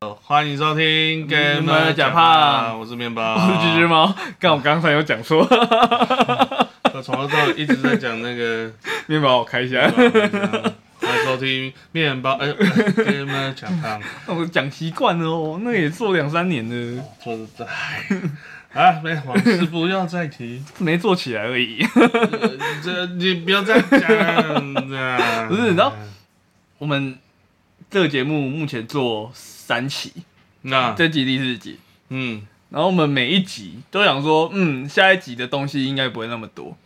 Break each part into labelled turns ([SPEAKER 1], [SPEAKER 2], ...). [SPEAKER 1] 好，欢迎收听《给
[SPEAKER 2] 你们
[SPEAKER 1] 假
[SPEAKER 2] 讲胖
[SPEAKER 1] 我是面包，
[SPEAKER 2] 我是橘橘猫，刚我刚才有讲错，
[SPEAKER 1] 我从头到尾一直在讲那个，
[SPEAKER 2] 面包我开啊一下，
[SPEAKER 1] 欢迎收听面包， 哎、给你们讲胖，
[SPEAKER 2] 我讲习惯了哦，那个也做两三年了，
[SPEAKER 1] 说实在，啊，没往事不要再提，
[SPEAKER 2] 没做起来而已。
[SPEAKER 1] 呃这你不要再讲了，
[SPEAKER 2] 不是你知道我们这个节目目前做三期，
[SPEAKER 1] 那
[SPEAKER 2] 这集第四集，
[SPEAKER 1] 嗯
[SPEAKER 2] 然后我们每一集都想说，嗯，下一集的东西应该不会那么多，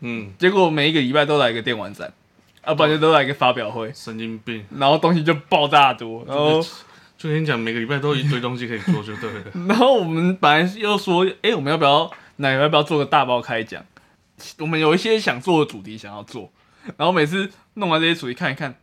[SPEAKER 1] 嗯，
[SPEAKER 2] 结果每一个礼拜都来一个电玩展，啊，不然就都来一个发表会，
[SPEAKER 1] 神经病。
[SPEAKER 2] 然后东西就爆炸多，然后。
[SPEAKER 1] 就跟你讲，每个礼拜都有一堆东西可以做，就对了。
[SPEAKER 2] 然后我们本来又说，哎、我们要不要哪个要不要做个大包开讲？我们有一些想做的主题想要做，然后每次弄完这些主题看一看，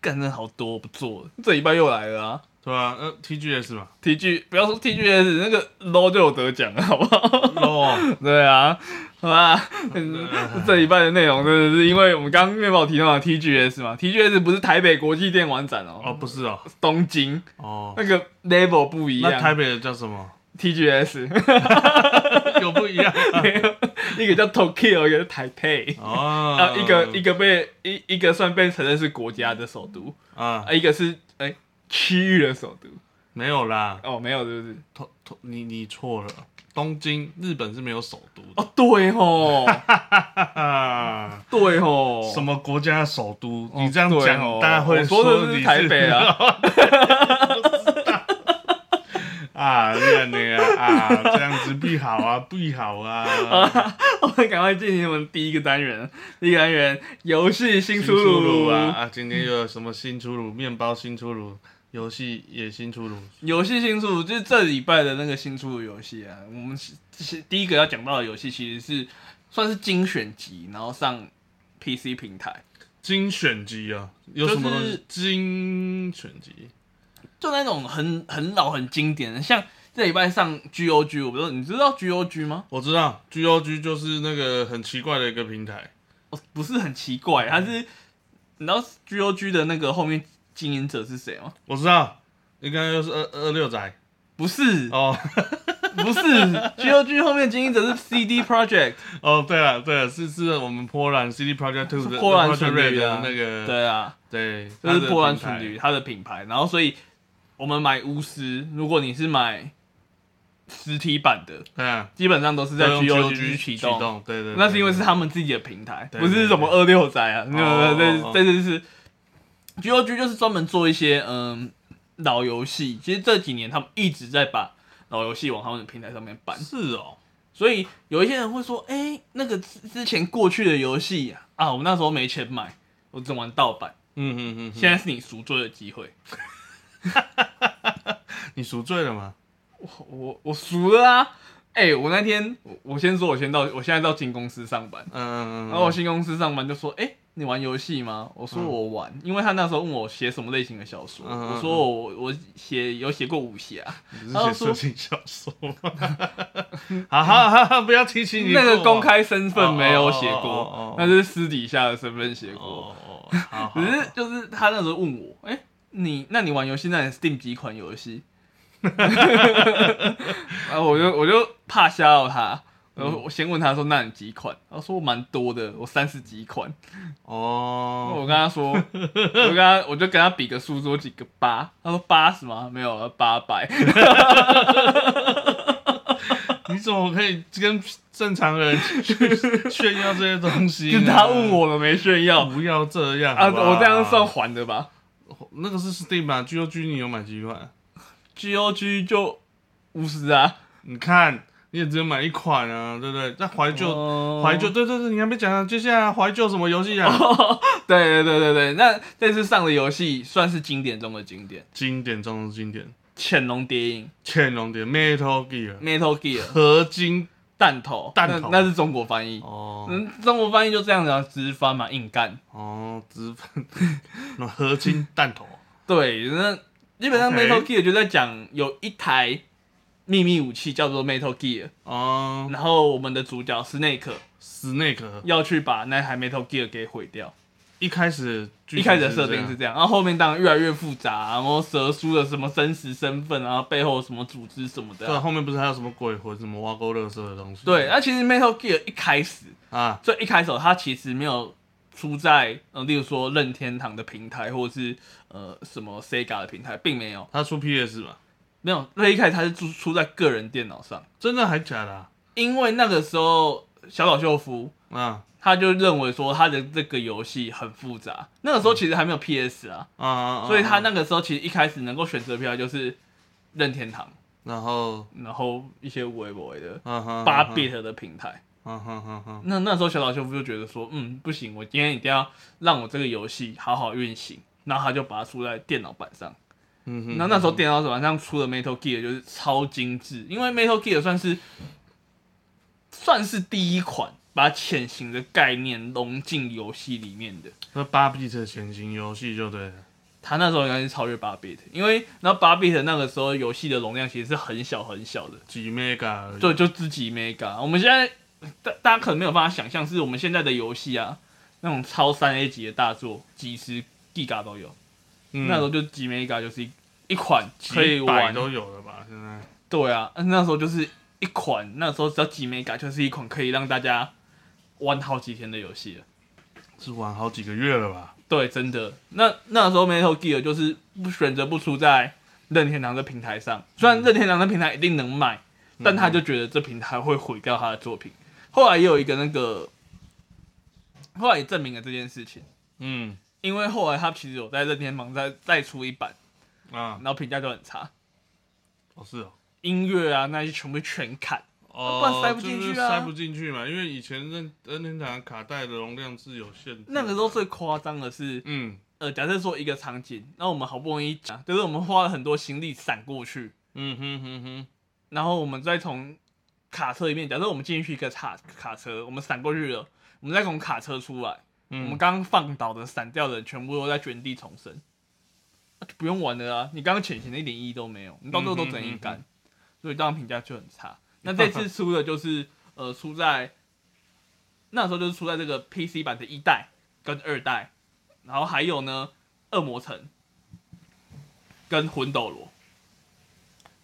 [SPEAKER 2] 干真的好多不做了，这礼拜又来了啊。
[SPEAKER 1] 对吧、呃，TGS 嘛
[SPEAKER 2] T G 不要说 T G S 那个 low 就有得奖了，好不好？
[SPEAKER 1] ，low，
[SPEAKER 2] 对啊，好吧，嗯这礼拜的内容真的是因为我们刚刚面包提到 T G S 嘛，T G S 不是台北国际电玩展
[SPEAKER 1] 哦，
[SPEAKER 2] 哦，
[SPEAKER 1] 不是哦，
[SPEAKER 2] 东京
[SPEAKER 1] 哦，
[SPEAKER 2] 那个 level 不一
[SPEAKER 1] 那台
[SPEAKER 2] 样
[SPEAKER 1] 北的叫什么？
[SPEAKER 2] ，T G S
[SPEAKER 1] 有不一样
[SPEAKER 2] 一个叫 Tokyo，一个叫台北。
[SPEAKER 1] 哦
[SPEAKER 2] 啊，一个一个被一一个算被承认是国家的首都，
[SPEAKER 1] 啊
[SPEAKER 2] 啊，，一个是哎、区域的首都。
[SPEAKER 1] 没有啦，
[SPEAKER 2] 哦，没有，是不是？
[SPEAKER 1] 头头你你错了，东京日本是没有首都的
[SPEAKER 2] 哦，对吼，
[SPEAKER 1] 啊，
[SPEAKER 2] 对吼，
[SPEAKER 1] 什
[SPEAKER 2] 么？
[SPEAKER 1] 么国家的首都？你这样
[SPEAKER 2] 哦对
[SPEAKER 1] 讲
[SPEAKER 2] 吼，
[SPEAKER 1] 大家会
[SPEAKER 2] 我说的
[SPEAKER 1] 你
[SPEAKER 2] 是台北啊，
[SPEAKER 1] 啊，那你啊啊，这样子必好啊， 必好啊，
[SPEAKER 2] 我们赶快进行我们第一个单元，第一个单元游戏新出
[SPEAKER 1] 出炉
[SPEAKER 2] 炉
[SPEAKER 1] 啊！啊，今天又有什么新出炉？面包新出炉，游戏也新出炉，
[SPEAKER 2] 游戏新出炉就是这礼拜的那个新出炉游戏啊。我们是是第一个要讲到的游戏其实是算是精选集，然后上 PC 平台。
[SPEAKER 1] 精选集啊，有什么东西？精选集
[SPEAKER 2] 就那种很很老很经典的，像这礼拜上 G O G，我不知道你知道 G O G 吗？
[SPEAKER 1] 我知道，G O G 就是那个很奇怪的一个平台。
[SPEAKER 2] 哦，不是很奇怪，它是你知道 G O G 的那个后面经营者是谁吗？
[SPEAKER 1] 我知道，应该就是二二六仔
[SPEAKER 2] 不是，
[SPEAKER 1] 哦
[SPEAKER 2] 不是 G O G 后面经营者是 C D Project，
[SPEAKER 1] 哦，对了对了，是是我们波兰 CD Project Two 的
[SPEAKER 2] 波兰
[SPEAKER 1] Project
[SPEAKER 2] 蠢驴
[SPEAKER 1] Red
[SPEAKER 2] 啊
[SPEAKER 1] 的那个
[SPEAKER 2] 对啊，
[SPEAKER 1] 对，
[SPEAKER 2] 这是波兰
[SPEAKER 1] 它的
[SPEAKER 2] 蠢
[SPEAKER 1] 平
[SPEAKER 2] 驴
[SPEAKER 1] 台
[SPEAKER 2] 它的品牌，然后所以我们买巫师，如果你是买实体版的，
[SPEAKER 1] 嗯，
[SPEAKER 2] 基本上都是在
[SPEAKER 1] 都
[SPEAKER 2] G
[SPEAKER 1] 用
[SPEAKER 2] O
[SPEAKER 1] GOG
[SPEAKER 2] 启动，
[SPEAKER 1] 动，对对，对
[SPEAKER 2] 那是因为是他们自己的平台，
[SPEAKER 1] 对
[SPEAKER 2] 不是什么二六仔啊，没有没
[SPEAKER 1] 哦哦
[SPEAKER 2] 有，这这就是 G O G 就是专门做一些嗯老游戏。其实这几年他们一直在把老游戏往他们的平台上面搬，
[SPEAKER 1] 是哦，
[SPEAKER 2] 所以有一些人会说，哎、那个之之前过去的游戏啊啊，我们那时候没钱买，我只玩盗版，
[SPEAKER 1] 嗯嗯嗯，
[SPEAKER 2] 现在是你赎罪的机会。
[SPEAKER 1] 你赎罪了吗？
[SPEAKER 2] 我我我赎了啊！哎、我那天我我先说，我先到，我现在到新公司上班。
[SPEAKER 1] 嗯嗯嗯，
[SPEAKER 2] 哦然后我新公司上班就说：“哎、你玩游戏吗？”我说：“我玩。因为他那时候问我写什么类型的小说，
[SPEAKER 1] 嗯嗯嗯
[SPEAKER 2] 我说我我写有写过武侠，
[SPEAKER 1] 你
[SPEAKER 2] 然
[SPEAKER 1] 是
[SPEAKER 2] 后
[SPEAKER 1] 写
[SPEAKER 2] 哦
[SPEAKER 1] 色
[SPEAKER 2] 说
[SPEAKER 1] 情小说吗？ 好好好好，不要提起你
[SPEAKER 2] 那
[SPEAKER 1] 过
[SPEAKER 2] 个
[SPEAKER 1] 往
[SPEAKER 2] 公开身份没有写
[SPEAKER 1] 哦哦哦哦
[SPEAKER 2] 过，那是私底下的身份写过。
[SPEAKER 1] 哦哦，哦好，好
[SPEAKER 2] 只是就是他那时候问我：“哎、你那你玩游戏，那你 Steam 几款游戏？” 然后我就我就怕吓到他，然
[SPEAKER 1] 嗯
[SPEAKER 2] 后我先问他说：“那你几款？”他说：“我蛮多的，我三十几款。”
[SPEAKER 1] 哦，
[SPEAKER 2] 我跟他说，我跟他，我就跟他比个数，说几个八。他说八十吗？没有，八百。
[SPEAKER 1] 你怎么可以跟正常人去 炫耀这些东西
[SPEAKER 2] 就
[SPEAKER 1] 呢？
[SPEAKER 2] 是他问我了没炫耀
[SPEAKER 1] 不要这样
[SPEAKER 2] 啊，
[SPEAKER 1] 好不好
[SPEAKER 2] 我这样算还的吧。
[SPEAKER 1] 那个是 Steam 吧？G O G 你有买几款？
[SPEAKER 2] G O G 就五十啊，
[SPEAKER 1] 你看你也只有买一款啊，对不对？那怀旧
[SPEAKER 2] 就
[SPEAKER 1] 怀旧，对对对，你还没讲啊，接下来怀旧什么游戏
[SPEAKER 2] 哦
[SPEAKER 1] 啊？
[SPEAKER 2] 对对对对对，那这次上的游戏算是经典中的经典，《
[SPEAKER 1] 经典中的经典，《
[SPEAKER 2] 潜龙谍影
[SPEAKER 1] 潜龙谍》Metal Gear》
[SPEAKER 2] Metal Gear
[SPEAKER 1] 合金
[SPEAKER 2] 弹头，
[SPEAKER 1] 弹头
[SPEAKER 2] 那那是中国翻译。
[SPEAKER 1] 哦
[SPEAKER 2] 嗯，中国翻译就这样子啊，直翻嘛，硬干。
[SPEAKER 1] 哦，直那 合金弹头
[SPEAKER 2] 对，那基本上
[SPEAKER 1] OK
[SPEAKER 2] Metal Gear 就在讲有一台秘密武器叫做 Metal Gear，
[SPEAKER 1] 哦
[SPEAKER 2] 然后我们的主角 Snake
[SPEAKER 1] ，Snake
[SPEAKER 2] 要去把那台 Metal Gear 给毁掉。
[SPEAKER 1] 一开始剧
[SPEAKER 2] 一
[SPEAKER 1] 情
[SPEAKER 2] 开始的
[SPEAKER 1] 是
[SPEAKER 2] 设定
[SPEAKER 1] 样
[SPEAKER 2] 是这样，然后后面当然越来越复杂、然后蛇叔的什么真实身份啊，背后什么组织什么的
[SPEAKER 1] 对，
[SPEAKER 2] 啊、
[SPEAKER 1] 后面不是还有什么鬼魂、什么挖沟垃圾的东西？
[SPEAKER 2] 对，那、其实 Metal Gear 一开始
[SPEAKER 1] 啊，
[SPEAKER 2] 最一开始它其实没有出在呃，例如说任天堂的平台，或者是呃什么 Sega 的平台，并没有，
[SPEAKER 1] 他出 PS 嘛，
[SPEAKER 2] 没有。最一开始它是出出在个人电脑上，
[SPEAKER 1] 真的还假的啊？
[SPEAKER 2] 因为那个时候小岛秀夫
[SPEAKER 1] 啊
[SPEAKER 2] 他就认为说他的这个游戏很复杂，那个时候其实还没有 PS 啊，
[SPEAKER 1] 啊啊！
[SPEAKER 2] 所以他
[SPEAKER 1] 那
[SPEAKER 2] 那个时候其实一开始能够选择的平台就是任天堂，
[SPEAKER 1] 然后
[SPEAKER 2] 然后一些微博的
[SPEAKER 1] 啊哈
[SPEAKER 2] 八 bit 的平台。
[SPEAKER 1] 啊哈哈哈
[SPEAKER 2] 那那时候小岛秀夫就觉得说，嗯，不行，我今天一定要让我这个游戏好好运行。然后他就把它出在电脑版上。
[SPEAKER 1] 嗯哼，
[SPEAKER 2] 那那时候电脑版上出的 Metal Gear 就是超精致，因为 Metal Gear 算是算是第一款把潜行的概念融进游戏里面的。
[SPEAKER 1] 那八 bit 的潜行游戏就对了，
[SPEAKER 2] 他那时候应该是超越八 bit，因为然后八 bit 那个时候游戏的容量其实是很小很小的，
[SPEAKER 1] 几 mega 而已
[SPEAKER 2] 就就自己 mega。我们现在大大家可能没有办法想象，是我们现在的游戏啊，那种超三 A 级的大作，几十 giga 都有。
[SPEAKER 1] 嗯
[SPEAKER 2] 那时候就几 mega 就是一一款可以
[SPEAKER 1] 几百
[SPEAKER 2] 玩，
[SPEAKER 1] 都有了吧？现在
[SPEAKER 2] 对啊，那时候就是一款，那时候只要几 mega 就是一款可以让大家玩好几天的游戏了。
[SPEAKER 1] 是玩好几个月了吧？
[SPEAKER 2] 对，真的。那那时候 Metal Gear 就是不选择不出在任天堂的平台上，虽然任天堂的平台一定能卖，但他就觉得这平台会毁掉他的作品。后来也有一个那个，后来也证明了这件事情，
[SPEAKER 1] 嗯
[SPEAKER 2] 因为后来他其实有在任天堂再再出一版，
[SPEAKER 1] 啊，
[SPEAKER 2] 然后评价就很差，
[SPEAKER 1] 哦是哦。
[SPEAKER 2] 音乐啊那些全部全砍。
[SPEAKER 1] 哦，
[SPEAKER 2] 不然塞不进
[SPEAKER 1] 就是
[SPEAKER 2] 去啊
[SPEAKER 1] 塞不进去嘛，因为以前任任天堂卡带的容量是有限制的。
[SPEAKER 2] 那个时候最夸张的是，
[SPEAKER 1] 嗯
[SPEAKER 2] 呃，假设说一个场景，那我们好不容易讲，就是我们花了很多心力闪过去，
[SPEAKER 1] 嗯哼哼哼，
[SPEAKER 2] 然后我们再从卡车里面，假设我们进去一个卡卡车，我们闪过去了，我们再从卡车出来，
[SPEAKER 1] 嗯
[SPEAKER 2] 我们刚刚放倒的闪掉的人全部都在原地重生，那就不用玩了啊！你刚刚潜行的一点意义都没有，你到最后都整一
[SPEAKER 1] 嗯
[SPEAKER 2] 杆，所以当然评价就很差。那这次出的就是呃，出在那时候就是出在这个 PC 版的一代跟二代，然后还有呢，恶魔城跟魂斗罗，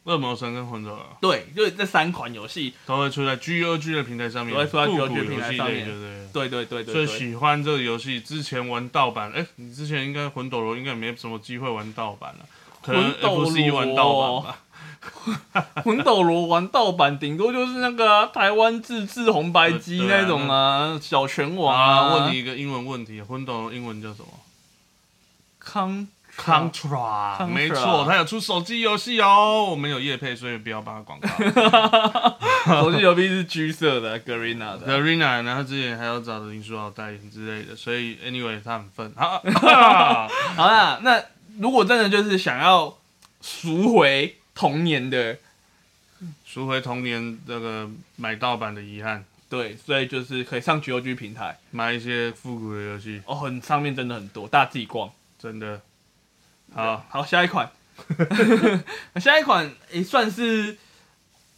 [SPEAKER 1] 恶魔城跟魂斗罗
[SPEAKER 2] 对，就是这三款游戏。
[SPEAKER 1] 都会出在 G O G 的平台上面，
[SPEAKER 2] 都会出在
[SPEAKER 1] 复古
[SPEAKER 2] GOG
[SPEAKER 1] 游
[SPEAKER 2] 平台
[SPEAKER 1] 戏
[SPEAKER 2] 上
[SPEAKER 1] 类，
[SPEAKER 2] 面
[SPEAKER 1] 对不对？
[SPEAKER 2] 对对对对
[SPEAKER 1] 所
[SPEAKER 2] 对，
[SPEAKER 1] 以喜欢这个游戏，之前玩盗版，哎、你之前应该魂斗罗应该没什么机会玩盗版了，可能
[SPEAKER 2] 魂斗
[SPEAKER 1] F
[SPEAKER 2] 罗
[SPEAKER 1] C 玩盗版吧。
[SPEAKER 2] 魂斗罗玩盗版，顶多就是那个啊、台湾自制红白机
[SPEAKER 1] 对对啊
[SPEAKER 2] 那种啊，小拳王
[SPEAKER 1] 啊，问你
[SPEAKER 2] 你
[SPEAKER 1] 一个英文问题，魂斗罗英文叫什么
[SPEAKER 2] 康
[SPEAKER 1] ？Contra，没错，它有出手机游戏哦。我们有业配，所以不要帮它广 告。
[SPEAKER 2] 手机游戏是橘色的啊 Garena 的，
[SPEAKER 1] Garena，然后之前还要找林书豪代言之类的，所以 anyway 他很 愤啊。啊
[SPEAKER 2] 好啦，那如果真的就是想要赎回童年的，
[SPEAKER 1] 赎回童年那个买盗版的遗憾，
[SPEAKER 2] 对，所以就是可以上 GOG 平台
[SPEAKER 1] 买一些复古的游戏，
[SPEAKER 2] 哦，很上面真的很多，大家自己逛。啊
[SPEAKER 1] 真的好。
[SPEAKER 2] 好，下一款， 下一款也算是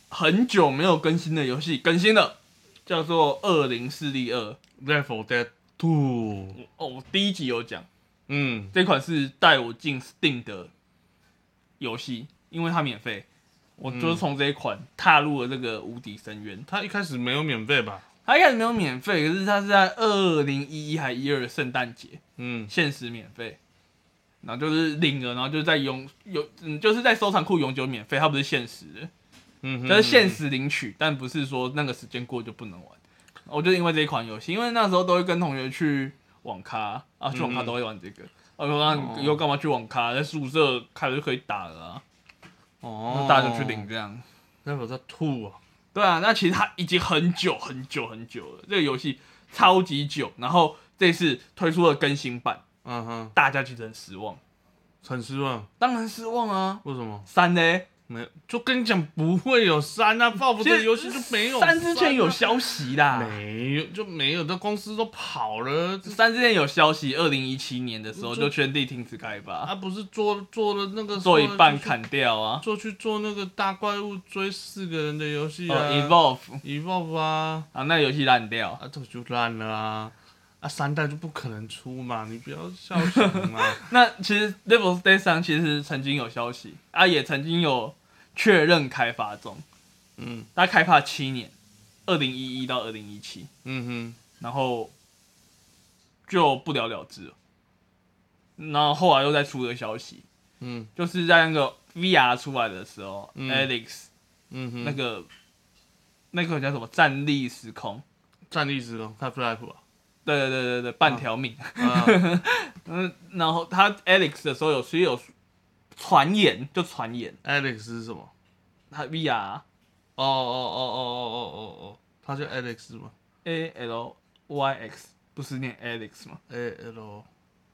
[SPEAKER 2] 很久没有更新的游戏，更新了，叫做《恶灵势力二》。
[SPEAKER 1] Left 4 Dead Two，
[SPEAKER 2] 哦，我第一集有讲，
[SPEAKER 1] 嗯，
[SPEAKER 2] 这款是带我进 Steam 的游戏，因为它免费，我就是从这一款踏入了这个无底深渊。
[SPEAKER 1] 他一开始没有免费吧？
[SPEAKER 2] 它一开始没有免费，可是它是在二零一一还一二圣诞节
[SPEAKER 1] 嗯
[SPEAKER 2] 限时免费，然后就是领了，然后就在永永嗯就是在收藏库永久免费，它不是限时的，
[SPEAKER 1] 嗯哼，
[SPEAKER 2] 它是限时领取，但不是说那个时间过就不能玩。我就因为这一款游戏，因为那时候都会跟同学去网咖啊，去网咖
[SPEAKER 1] 嗯
[SPEAKER 2] 都会玩这个。哦，那你以后干嘛去网咖？在宿舍开了就可以打了啊，
[SPEAKER 1] 哦
[SPEAKER 2] 那大家就去领。这样。
[SPEAKER 1] Left 4 Dead Two 啊，
[SPEAKER 2] 对啊，那其实它已经很久很久很久了，这个游戏超级久。然后这次推出了更新版，
[SPEAKER 1] 嗯哼，
[SPEAKER 2] 大家其实很失望，
[SPEAKER 1] 很失望，
[SPEAKER 2] 当然失望啊。
[SPEAKER 1] 为什么？
[SPEAKER 2] 三呢？
[SPEAKER 1] 没，就跟你讲不会有删啊，泡芙
[SPEAKER 2] 其
[SPEAKER 1] 的
[SPEAKER 2] 实
[SPEAKER 1] 游戏就没有
[SPEAKER 2] 三之前有
[SPEAKER 1] 删
[SPEAKER 2] 消息
[SPEAKER 1] 啊
[SPEAKER 2] 啦，
[SPEAKER 1] 没有就没有，这公司都跑了，这
[SPEAKER 2] 三之前有消息，二零一七年的时候就宣地停止开发。
[SPEAKER 1] 啊不是做做了那个
[SPEAKER 2] 做一半
[SPEAKER 1] 看，
[SPEAKER 2] 砍掉啊。
[SPEAKER 1] 做去做那个大怪物追四个人的游戏
[SPEAKER 2] 哦
[SPEAKER 1] 啊
[SPEAKER 2] Evolve
[SPEAKER 1] Evolve 啊，
[SPEAKER 2] 啊，那游戏烂掉，
[SPEAKER 1] 啊这就烂了啊，啊，三代就不可能出嘛，你不要笑什嘛。
[SPEAKER 2] 那其实 Level Day 上其实曾经有消息啊，也曾经有确认开发中，
[SPEAKER 1] 嗯
[SPEAKER 2] 它开发七年，二零一一到二零一七，
[SPEAKER 1] 嗯
[SPEAKER 2] 然后就不了了之了。然后后来又再出了消息，
[SPEAKER 1] 哼，嗯
[SPEAKER 2] 就是在那个 VR 出来的时候、
[SPEAKER 1] 嗯
[SPEAKER 2] a l e x
[SPEAKER 1] 嗯哼，
[SPEAKER 2] 那个那个叫什么站立时空，
[SPEAKER 1] 战力哦之龙 Half Life 吧。
[SPEAKER 2] 对对对对对，半条命。
[SPEAKER 1] 啊，
[SPEAKER 2] 嗯，然后他 Alex 的时候有，所以有传言，就传言
[SPEAKER 1] Alex 是什么？
[SPEAKER 2] 他 VR
[SPEAKER 1] 哦哦哦哦哦哦哦哦，他叫 Alex 吗
[SPEAKER 2] A L Y X 不是念 Alex 吗？
[SPEAKER 1] ？A L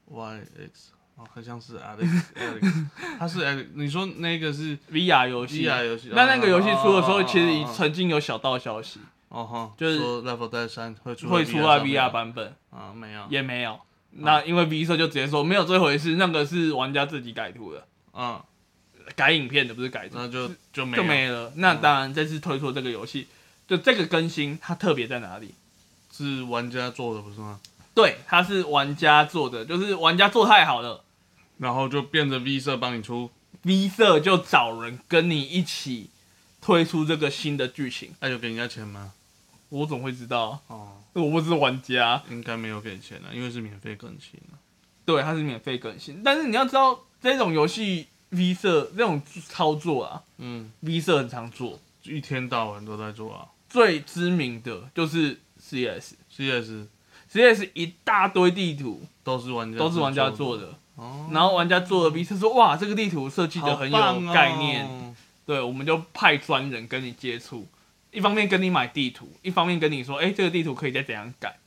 [SPEAKER 1] Y X，哦，很像是 Alex Alex，他是 Alex。你说那个是
[SPEAKER 2] VR 游戏
[SPEAKER 1] VR 游戏？
[SPEAKER 2] 那那个游戏出的时
[SPEAKER 1] 哦
[SPEAKER 2] 候，
[SPEAKER 1] 哦
[SPEAKER 2] 其
[SPEAKER 1] 哦
[SPEAKER 2] 实
[SPEAKER 1] 哦
[SPEAKER 2] 曾经有小道消息
[SPEAKER 1] 哦哈，
[SPEAKER 2] 就是
[SPEAKER 1] 说 Level 带三会出
[SPEAKER 2] 会出来
[SPEAKER 1] VR
[SPEAKER 2] VR
[SPEAKER 1] 上面
[SPEAKER 2] 版本，
[SPEAKER 1] 啊？没有，
[SPEAKER 2] 也没有。那因为 V 社就直接说没有这回事，那个是玩家自己改图的，
[SPEAKER 1] 嗯，
[SPEAKER 2] 改影片的，不是改图
[SPEAKER 1] 那就就没有
[SPEAKER 2] 就没了。那当然，这次推出的这个游戏，就这个更新它特别在哪里？
[SPEAKER 1] 是玩家做的不是吗？
[SPEAKER 2] 对，它是玩家做的，就是玩家做太好了。
[SPEAKER 1] 然后就变成 V 社帮你出，
[SPEAKER 2] V 社就找人跟你一起推出这个新的剧情。
[SPEAKER 1] 那、有给人家钱吗？
[SPEAKER 2] 我怎么会知道？
[SPEAKER 1] 哦，
[SPEAKER 2] 我不是玩家。
[SPEAKER 1] 应该没有给钱啊，因为是免费更新啊。
[SPEAKER 2] 对，它是免费更新，但是你要知道，这种游戏 V 社这种操作啊
[SPEAKER 1] 嗯，
[SPEAKER 2] ，V 社很常做。
[SPEAKER 1] 一天到晚都在做啊。
[SPEAKER 2] 最知名的就是 CS，CS
[SPEAKER 1] CS
[SPEAKER 2] 一大堆地图
[SPEAKER 1] 都是玩家
[SPEAKER 2] 都是玩家
[SPEAKER 1] 做
[SPEAKER 2] 做
[SPEAKER 1] 的，
[SPEAKER 2] 的，
[SPEAKER 1] 哦，
[SPEAKER 2] 然后玩家做了 V 社说哇，这个地图设计的很
[SPEAKER 1] 好棒
[SPEAKER 2] 有
[SPEAKER 1] 哦
[SPEAKER 2] 概念，对，我们就派专人跟你接触，一方面跟你买地图，一方面跟你说，哎、这个地图可以再怎样改，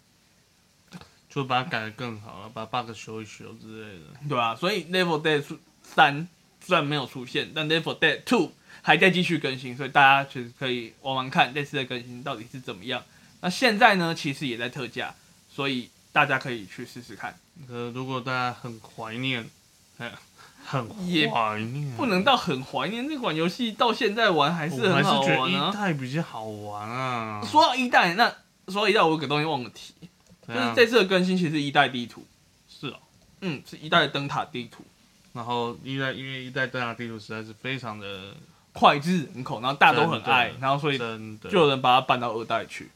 [SPEAKER 1] 就把它改得更好了，把 bug 修一修之类的。
[SPEAKER 2] 对吧、所以 Level Day 三虽然没有出现，但 Level Day Two 还在继续更新，所以大家其实可以玩玩看这次的更新到底是怎么样。那现在呢，其实也在特价，所以大家可以去试试看，
[SPEAKER 1] 呃，如果大家很怀念，很很
[SPEAKER 2] 也
[SPEAKER 1] 怀念，
[SPEAKER 2] 不能到很怀念这款游戏，到现在玩还是
[SPEAKER 1] 我还
[SPEAKER 2] 很
[SPEAKER 1] 是
[SPEAKER 2] 好
[SPEAKER 1] 觉得
[SPEAKER 2] 玩
[SPEAKER 1] 一
[SPEAKER 2] 啊。
[SPEAKER 1] 代比较好玩啊。
[SPEAKER 2] 说到一代，那说到一代，我有个东西忘了提，
[SPEAKER 1] 怎
[SPEAKER 2] 就是
[SPEAKER 1] 样
[SPEAKER 2] 这次的更新其实是一代地图，
[SPEAKER 1] 是哦。
[SPEAKER 2] 嗯，是一代的灯塔地图。
[SPEAKER 1] 然后一代因为一代灯塔地图实在是非常的
[SPEAKER 2] 脍炙人口，然后大家都很爱
[SPEAKER 1] 真，的
[SPEAKER 2] 然后所以
[SPEAKER 1] 真的，
[SPEAKER 2] 就有人把它搬到二代去。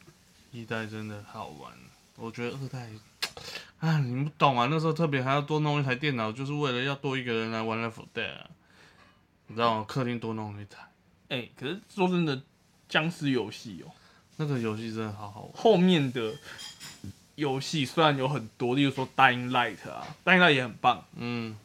[SPEAKER 1] 一代真的好玩。我觉得二代，啊，你们不懂啊，那时候特别还要多弄一台电脑，就是为了要多一个人来玩 Left Dead，、啊、你知道吗？客厅多弄一台，
[SPEAKER 2] 哎、可是说真的，僵尸游戏哦，
[SPEAKER 1] 那个游戏真的好好玩。
[SPEAKER 2] 后面的游戏虽然有很多，例如说《Dying Light》啊，《Dying Light》也很棒，
[SPEAKER 1] 嗯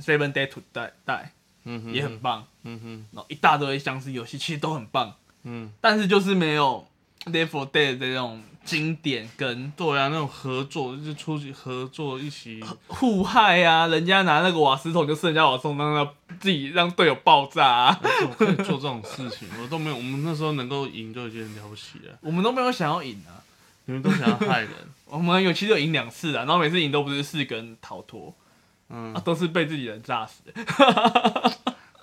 [SPEAKER 2] 《Seven Day to Die》Die
[SPEAKER 1] 嗯哼，
[SPEAKER 2] 也很棒，
[SPEAKER 1] 嗯哼
[SPEAKER 2] 然后一大堆僵尸游戏其实都很棒，
[SPEAKER 1] 嗯，
[SPEAKER 2] 但是就是没有《Day for Day》的这种经典跟
[SPEAKER 1] 对啊，那种合作就是出去合作一起，
[SPEAKER 2] 互害啊，人家拿那个瓦斯桶就剩下瓦斯桶，让他自己让队友爆炸啊。
[SPEAKER 1] 但是我可以做这种事情，我都没有。我们那时候能够赢就已经很了不起了，
[SPEAKER 2] 我们都没有想要赢啊，
[SPEAKER 1] 你们都想要害人，
[SPEAKER 2] 我们有其实有赢两次啊，然后每次赢都不是四个人逃脱，
[SPEAKER 1] 嗯
[SPEAKER 2] 啊，，都是被自己人炸 死，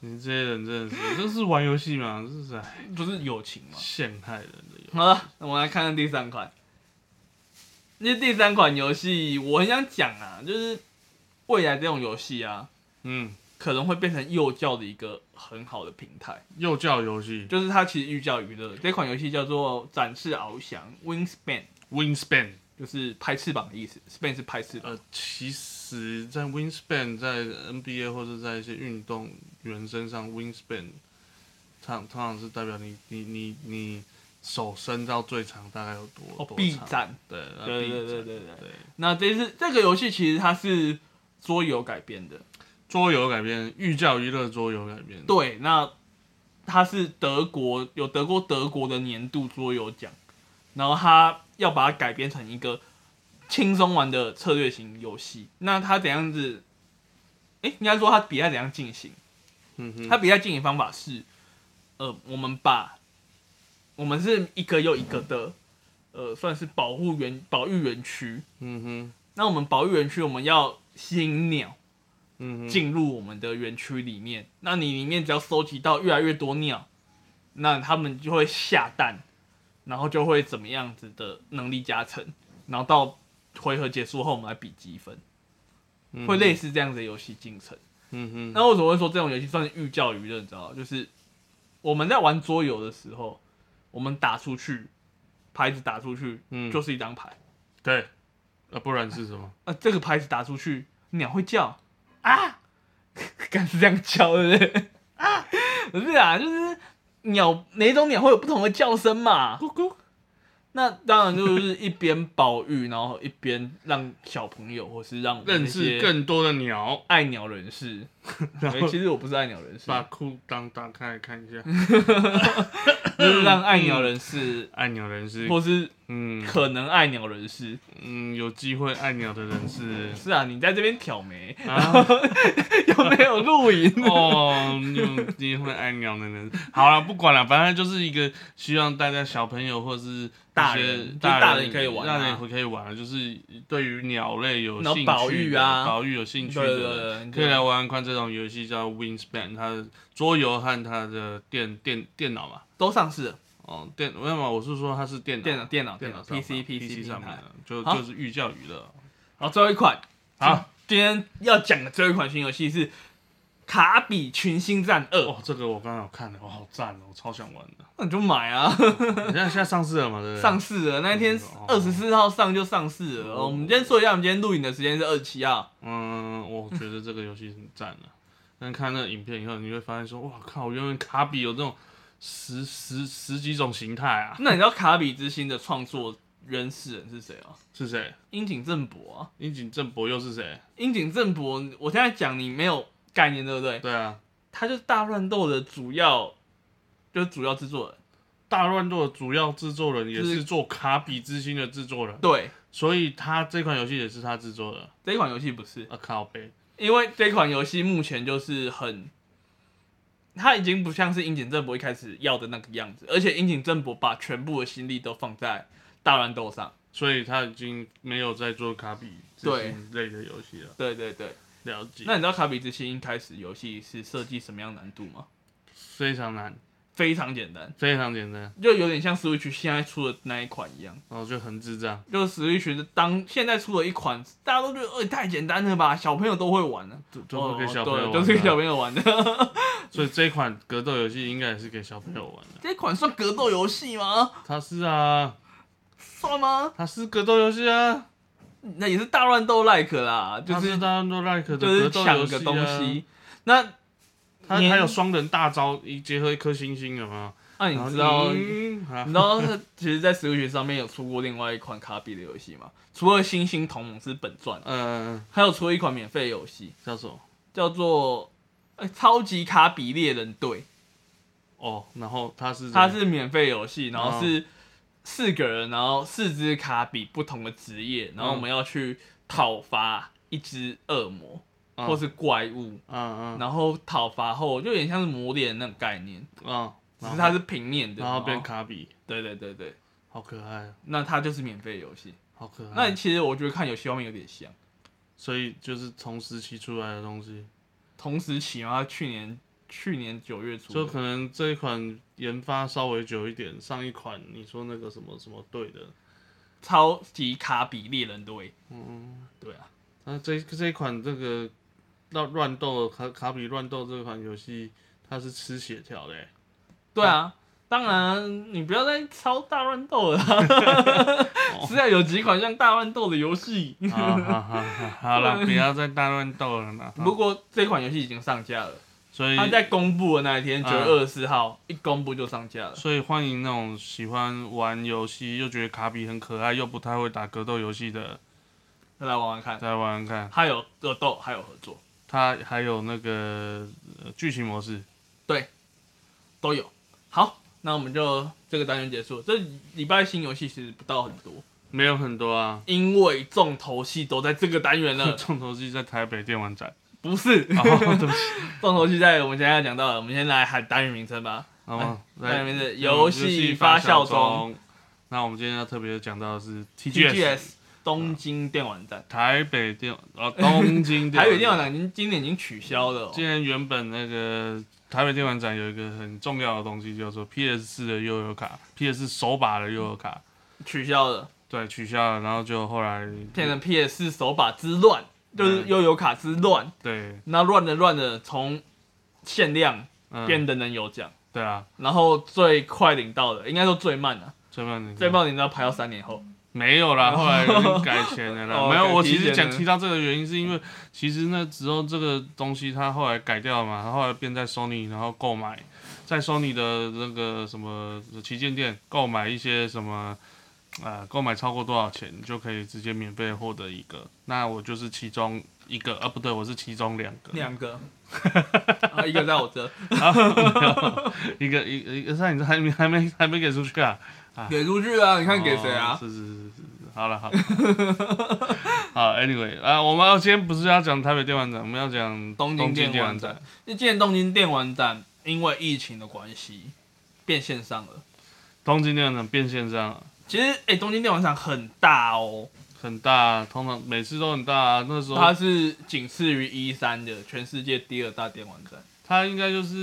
[SPEAKER 1] 你这些人真的是，这是玩游戏嘛，这是哎
[SPEAKER 2] 不是友情嘛。
[SPEAKER 1] 陷害人的游戏。
[SPEAKER 2] 好了，那我们来看看第三款。那第三款游戏，我很想讲啊，就是未来这种游戏啊，
[SPEAKER 1] 嗯，
[SPEAKER 2] 可能会变成幼教的一个很好的平台，
[SPEAKER 1] 幼教游戏
[SPEAKER 2] 就是它其实寓教于乐。这款游戏叫做《展翅翱翔》（Wingspan），
[SPEAKER 1] Wingspan，
[SPEAKER 2] 就是拍翅膀的意思，span 是拍翅膀。
[SPEAKER 1] 呃，其实，在 Wingspan 在 NBA 或者在一些运动员身上，Wingspan 常通常是代表你你你你手伸到最长大概有多
[SPEAKER 2] 哦，
[SPEAKER 1] 多
[SPEAKER 2] 臂
[SPEAKER 1] 长
[SPEAKER 2] 展。
[SPEAKER 1] 对呃
[SPEAKER 2] 对
[SPEAKER 1] 臂
[SPEAKER 2] 对对
[SPEAKER 1] 展
[SPEAKER 2] 对对
[SPEAKER 1] 对，
[SPEAKER 2] 那这次这个游戏其实它是桌游改编的，
[SPEAKER 1] 桌游改编，寓教于乐桌游改编，
[SPEAKER 2] 对，那它是德国有得过德国的年度桌游奖，然后它要把它改编成一个轻松玩的策略型游戏。那它怎样子？哎、应该说它比赛怎样进行？
[SPEAKER 1] 嗯哼，
[SPEAKER 2] 它比赛进行方法是，呃，我们把我们是一个又一个的，呃，算是保护园保育园区。
[SPEAKER 1] 嗯哼，
[SPEAKER 2] 那我们保育园区，我们要吸引鸟
[SPEAKER 1] 嗯哼，
[SPEAKER 2] 进入我们的园区里面。那你里面只要收集到越来越多鸟，那它们就会下蛋，然后就会怎么样子的能力加成，然后到回合结束后我们来比积分，会类似这样子的游戏进程。
[SPEAKER 1] 嗯嗯哼，
[SPEAKER 2] 那为什么会说这种游戏算是寓教于乐？你知道吗？就是我们在玩桌游的时候，我们打出去，牌子打出去，
[SPEAKER 1] 嗯
[SPEAKER 2] 就是一张牌。
[SPEAKER 1] 对，啊，不然是什么？
[SPEAKER 2] 啊，这个牌子打出去，鸟会叫啊， 敢是这样叫对不对？啊， 不是啊，就是鸟哪一种鸟会有不同的叫声嘛。
[SPEAKER 1] 咕咕，
[SPEAKER 2] 那当然就是一边保育，然后一边让小朋友或是让我们
[SPEAKER 1] 认
[SPEAKER 2] 这些
[SPEAKER 1] 识更多的 鸟，
[SPEAKER 2] 爱鸟人士。欸其实我不是爱鸟人士，
[SPEAKER 1] 把裤裆打开来看一下。
[SPEAKER 2] 就是让爱鸟人士，
[SPEAKER 1] 爱鸟嗯人士，
[SPEAKER 2] 或是
[SPEAKER 1] 嗯
[SPEAKER 2] 可能爱鸟人士。
[SPEAKER 1] 嗯，有机会爱鸟的人 士
[SPEAKER 2] 是啊，你在这边挑 眉，
[SPEAKER 1] 啊，
[SPEAKER 2] 有没有 露营？
[SPEAKER 1] 哦，有机会爱鸟的人。好了，不管了，反正就是一个希望大家小朋友或是
[SPEAKER 2] 大
[SPEAKER 1] 一些
[SPEAKER 2] 人
[SPEAKER 1] 大
[SPEAKER 2] 就是大人也可以玩啊
[SPEAKER 1] 大人也可以玩啊，就是对于鸟类有
[SPEAKER 2] 然后
[SPEAKER 1] 兴趣
[SPEAKER 2] 保育啊
[SPEAKER 1] 的保育有兴趣的
[SPEAKER 2] 对对对对
[SPEAKER 1] 可以来玩玩看这种游戏，叫 Wingspan，它的桌游和它的电电电脑嘛。
[SPEAKER 2] 都上市了，
[SPEAKER 1] 哦，电，没有嘛，我是说它是电脑，
[SPEAKER 2] 电脑、电脑、
[SPEAKER 1] 电
[SPEAKER 2] 电
[SPEAKER 1] 脑
[SPEAKER 2] 脑、
[SPEAKER 1] 上
[SPEAKER 2] PC、
[SPEAKER 1] PC 上面
[SPEAKER 2] 平台。啊
[SPEAKER 1] 的，就
[SPEAKER 2] 好
[SPEAKER 1] 就是寓教于乐。
[SPEAKER 2] 好，最后一款，
[SPEAKER 1] 好，
[SPEAKER 2] 今天要讲的最后一款新游戏是《卡比群星战二》，
[SPEAKER 1] 哦，这个我刚刚有看了，我好赞哦，我超想玩的。
[SPEAKER 2] 那你就买 啊，
[SPEAKER 1] 你看现在上市了嘛？对不对？
[SPEAKER 2] 上市了，那一天
[SPEAKER 1] 哦
[SPEAKER 2] 二十四号上就上市了。
[SPEAKER 1] 哦
[SPEAKER 2] 我们今天说一下，我们今天录影的时间是二十七号，
[SPEAKER 1] 嗯，我觉得这个游戏很赞的、但看那个影片以后，你会发现说，哇靠，原来卡比有这种十十十几种形态啊！
[SPEAKER 2] 那你知道《卡比之心》的创作原始人是谁吗？
[SPEAKER 1] 是谁？
[SPEAKER 2] 樱井正博啊，
[SPEAKER 1] 樱井正博又是谁？
[SPEAKER 2] 樱井正博，我现在讲你没有概念，对不对？
[SPEAKER 1] 对啊，
[SPEAKER 2] 他就是大乱斗的主要，就是主要制作人。
[SPEAKER 1] 大乱斗的主要制作人也
[SPEAKER 2] 就是
[SPEAKER 1] 是做卡比之心的制作人，
[SPEAKER 2] 对，
[SPEAKER 1] 所以他这款游戏也是他制作的。
[SPEAKER 2] 这一款游戏不是，
[SPEAKER 1] 啊靠背，
[SPEAKER 2] 因为这款游戏目前就是很，它已经不像是樱井正博一开始要的那个样子，而且樱井正博把全部的心力都放在大乱斗上。
[SPEAKER 1] 所以他已经没有在做卡比之心类的游戏了。
[SPEAKER 2] 对对对，
[SPEAKER 1] 了解，
[SPEAKER 2] 那你知道《卡比之心》一开始游戏是设计什么样难度吗？
[SPEAKER 1] 非常难，
[SPEAKER 2] 非常简单，
[SPEAKER 1] 非常简单，
[SPEAKER 2] 就有点像 Switch 现在出的那一款一样。
[SPEAKER 1] 然后就很智障。
[SPEAKER 2] 就是 Switch 的当现在出了一款，大家都觉得，哎、太简单了吧，小朋友都会玩的、
[SPEAKER 1] 都都是给小朋友玩的
[SPEAKER 2] 哦
[SPEAKER 1] 啊
[SPEAKER 2] 对，都是给小朋友玩的。
[SPEAKER 1] 所以这一款格斗游戏应该也是给小朋友玩的。
[SPEAKER 2] 这款算格斗游戏吗？
[SPEAKER 1] 它是啊，
[SPEAKER 2] 算吗？
[SPEAKER 1] 它是格斗游戏啊，
[SPEAKER 2] 那也是大乱斗 like 啦，就
[SPEAKER 1] 它
[SPEAKER 2] 是
[SPEAKER 1] 是大家都 like 的
[SPEAKER 2] 就是
[SPEAKER 1] 格斗
[SPEAKER 2] 抢
[SPEAKER 1] 游戏
[SPEAKER 2] 个
[SPEAKER 1] 啊。
[SPEAKER 2] 东西。那
[SPEAKER 1] 它
[SPEAKER 2] 你
[SPEAKER 1] 还有双人大招，一结合一颗星星，有没有？
[SPEAKER 2] 那
[SPEAKER 1] 然后
[SPEAKER 2] 你知道，你
[SPEAKER 1] 嗯啊
[SPEAKER 2] 知道，其实，在 Switch 上面有出过另外一款卡比的游戏嘛？除了《星星同盟》是本传，啊
[SPEAKER 1] 呃，
[SPEAKER 2] 还有出了一款免费游戏，
[SPEAKER 1] 叫什么？
[SPEAKER 2] 叫做呃超级卡比猎人队》，
[SPEAKER 1] 哦，然后它是
[SPEAKER 2] 它是免费游戏，然后
[SPEAKER 1] 嗯
[SPEAKER 2] 是四个人，然后四只卡比不同的职业，然后我们要去讨伐一只恶魔
[SPEAKER 1] 嗯
[SPEAKER 2] 或是怪物，
[SPEAKER 1] 嗯嗯
[SPEAKER 2] 然后讨伐后就有点像是磨练那种概念。
[SPEAKER 1] 嗯，
[SPEAKER 2] 只
[SPEAKER 1] 然
[SPEAKER 2] 是
[SPEAKER 1] 后
[SPEAKER 2] 它是平面的，
[SPEAKER 1] 然后变卡比，
[SPEAKER 2] 对对对对，
[SPEAKER 1] 好可爱啊，
[SPEAKER 2] 那它就是免费游戏。
[SPEAKER 1] 好可爱。
[SPEAKER 2] 那其实我觉得看游戏方面有点像，
[SPEAKER 1] 所以就是同时期出来的东西，
[SPEAKER 2] 同时期嘛，它去年去年九月出
[SPEAKER 1] 就
[SPEAKER 2] 的，
[SPEAKER 1] 可能这一款研发稍微久一点，上一款你说那个什么什么队的，
[SPEAKER 2] 超级卡比猎人队，嗯，对啊，
[SPEAKER 1] 那这这一款这个乱乱斗卡卡比乱斗这款游戏，它是吃血条的欸、
[SPEAKER 2] 对
[SPEAKER 1] 嗯
[SPEAKER 2] 啊。当然，你不要再抄大乱斗了啦。 现在有几款像大乱斗的游戏，
[SPEAKER 1] 好好好好好 了，不要再大乱斗了啦。
[SPEAKER 2] 不过这款游戏已经上架了。
[SPEAKER 1] 所以
[SPEAKER 2] 它在公布的那一天，
[SPEAKER 1] 嗯
[SPEAKER 2] 九月二十四号一公布就上架了。
[SPEAKER 1] 所以欢迎那种喜欢玩游戏又觉得卡比很可爱又不太会打格斗游戏的，
[SPEAKER 2] 再来玩玩看，
[SPEAKER 1] 再玩玩看。
[SPEAKER 2] 它有格斗，还有合作，
[SPEAKER 1] 它还有那个呃剧情模式，
[SPEAKER 2] 都有。好，那我们就这个单元结束。这礼拜新游戏其实不到很多，
[SPEAKER 1] 没有很多啊。
[SPEAKER 2] 因为重头戏都在这个单元 了，
[SPEAKER 1] 重头戏在台北电玩 展。
[SPEAKER 2] 不是？
[SPEAKER 1] 哦，对不起，
[SPEAKER 2] 重头戏在我们现在要讲到了，我们先来喊单元名称吧。
[SPEAKER 1] 好 吗？
[SPEAKER 2] 单元
[SPEAKER 1] 来，
[SPEAKER 2] 名称：
[SPEAKER 1] 游
[SPEAKER 2] 游戏发酵中。。
[SPEAKER 1] 那我们今天要特别讲到的是 TGS
[SPEAKER 2] TGS 东京电玩展，
[SPEAKER 1] 台北电 呃东京
[SPEAKER 2] 台北电
[SPEAKER 1] 电
[SPEAKER 2] 玩
[SPEAKER 1] 玩展。
[SPEAKER 2] 展已经今年已经取消了、哦
[SPEAKER 1] 今。年原本那个台北电玩展有一个很重要的东西，叫做 PS 四的悠游卡，PS 手把的悠游卡。
[SPEAKER 2] 取消了。
[SPEAKER 1] 对，取消了，然后就后来
[SPEAKER 2] 变成 PS 手把之乱，就是
[SPEAKER 1] 嗯
[SPEAKER 2] 悠游卡之乱。
[SPEAKER 1] 对，
[SPEAKER 2] 那乱的乱的，从限量
[SPEAKER 1] 嗯，
[SPEAKER 2] 变人人有奖，
[SPEAKER 1] 对啊，
[SPEAKER 2] 然后最快领到的，应该说最慢啊，
[SPEAKER 1] 最棒的
[SPEAKER 2] 最棒领到排到三年后。
[SPEAKER 1] 没有啦，后来有点改钱的 啦。
[SPEAKER 2] 哦
[SPEAKER 1] 没有，
[SPEAKER 2] 改
[SPEAKER 1] 我
[SPEAKER 2] 提
[SPEAKER 1] 其实
[SPEAKER 2] 前
[SPEAKER 1] 讲
[SPEAKER 2] 了
[SPEAKER 1] 提到这个原因，是因为其实那时候这个东西它后来改掉了嘛，它后来变在 Sony 然后购买，在 Sony 的那个什么旗舰店购买一些什么。呃，购买超过多少钱，你就可以直接免费获得一个。那我就是其中一个，啊，不对，我是其中两个，
[SPEAKER 2] 两个， 啊，一个在我这，
[SPEAKER 1] 一个一一个，那你还没还没还没给出去啊？
[SPEAKER 2] 给出去啊！你看给谁
[SPEAKER 1] 哦
[SPEAKER 2] 啊？
[SPEAKER 1] 是是是是是，好了好 了。好，anyway，啊，我们要今天不是要讲台北电玩展，我们要讲
[SPEAKER 2] 东
[SPEAKER 1] 京
[SPEAKER 2] 京电
[SPEAKER 1] 玩
[SPEAKER 2] 玩展。那今年东京电玩展因为疫情的关系变线上了。
[SPEAKER 1] 东京电玩展变线上了
[SPEAKER 2] 其实，哎、东京电玩展很大哦，
[SPEAKER 1] 很大，通常每次都很大、啊。那时候
[SPEAKER 2] 它是仅次于一三的全世界第二大电玩展。
[SPEAKER 1] 他应该就是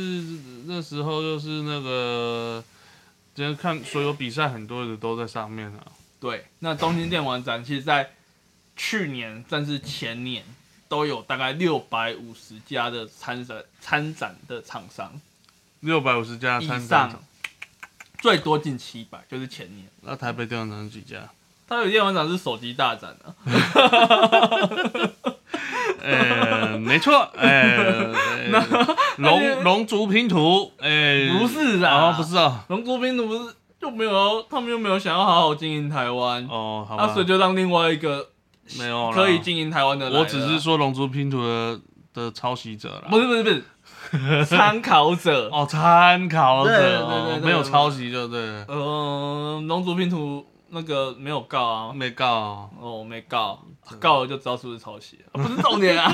[SPEAKER 1] 那时候就是那个，就是看所有比赛很多的都在上面啊。
[SPEAKER 2] 对，那东京电玩展其实在去年甚至前年都有大概六百五十家的参展参展的厂商，
[SPEAKER 1] 六百五十家
[SPEAKER 2] 以
[SPEAKER 1] 参展
[SPEAKER 2] 上
[SPEAKER 1] 场，
[SPEAKER 2] 最多近七百，就是前年。
[SPEAKER 1] 那台北电玩展有几家？
[SPEAKER 2] 它有电玩展是手机大展啊，
[SPEAKER 1] 呃，没错，哎、 呃，龙龙族拼图，哎、
[SPEAKER 2] 不是啦
[SPEAKER 1] 啊，不是啊，
[SPEAKER 2] 龙珠兵不是就没有要，他们又没有想要好好经营台湾，啊
[SPEAKER 1] 哦，好吧，
[SPEAKER 2] 那所以就让另外一个
[SPEAKER 1] 没有啦
[SPEAKER 2] 可以经营台湾的来了
[SPEAKER 1] 我只是说《龙珠拼图的》的抄袭者啦，
[SPEAKER 2] 不是不是不是 参考者，
[SPEAKER 1] 哦，参考者
[SPEAKER 2] 对对对
[SPEAKER 1] 哦
[SPEAKER 2] 对对
[SPEAKER 1] 没有抄袭就对了，
[SPEAKER 2] 嗯，龙族拼图那个没有告啊，
[SPEAKER 1] 没告哦、
[SPEAKER 2] 哦，我没告，
[SPEAKER 1] 嗯
[SPEAKER 2] 告了就知道是不是抄袭，啊不是重 点啊，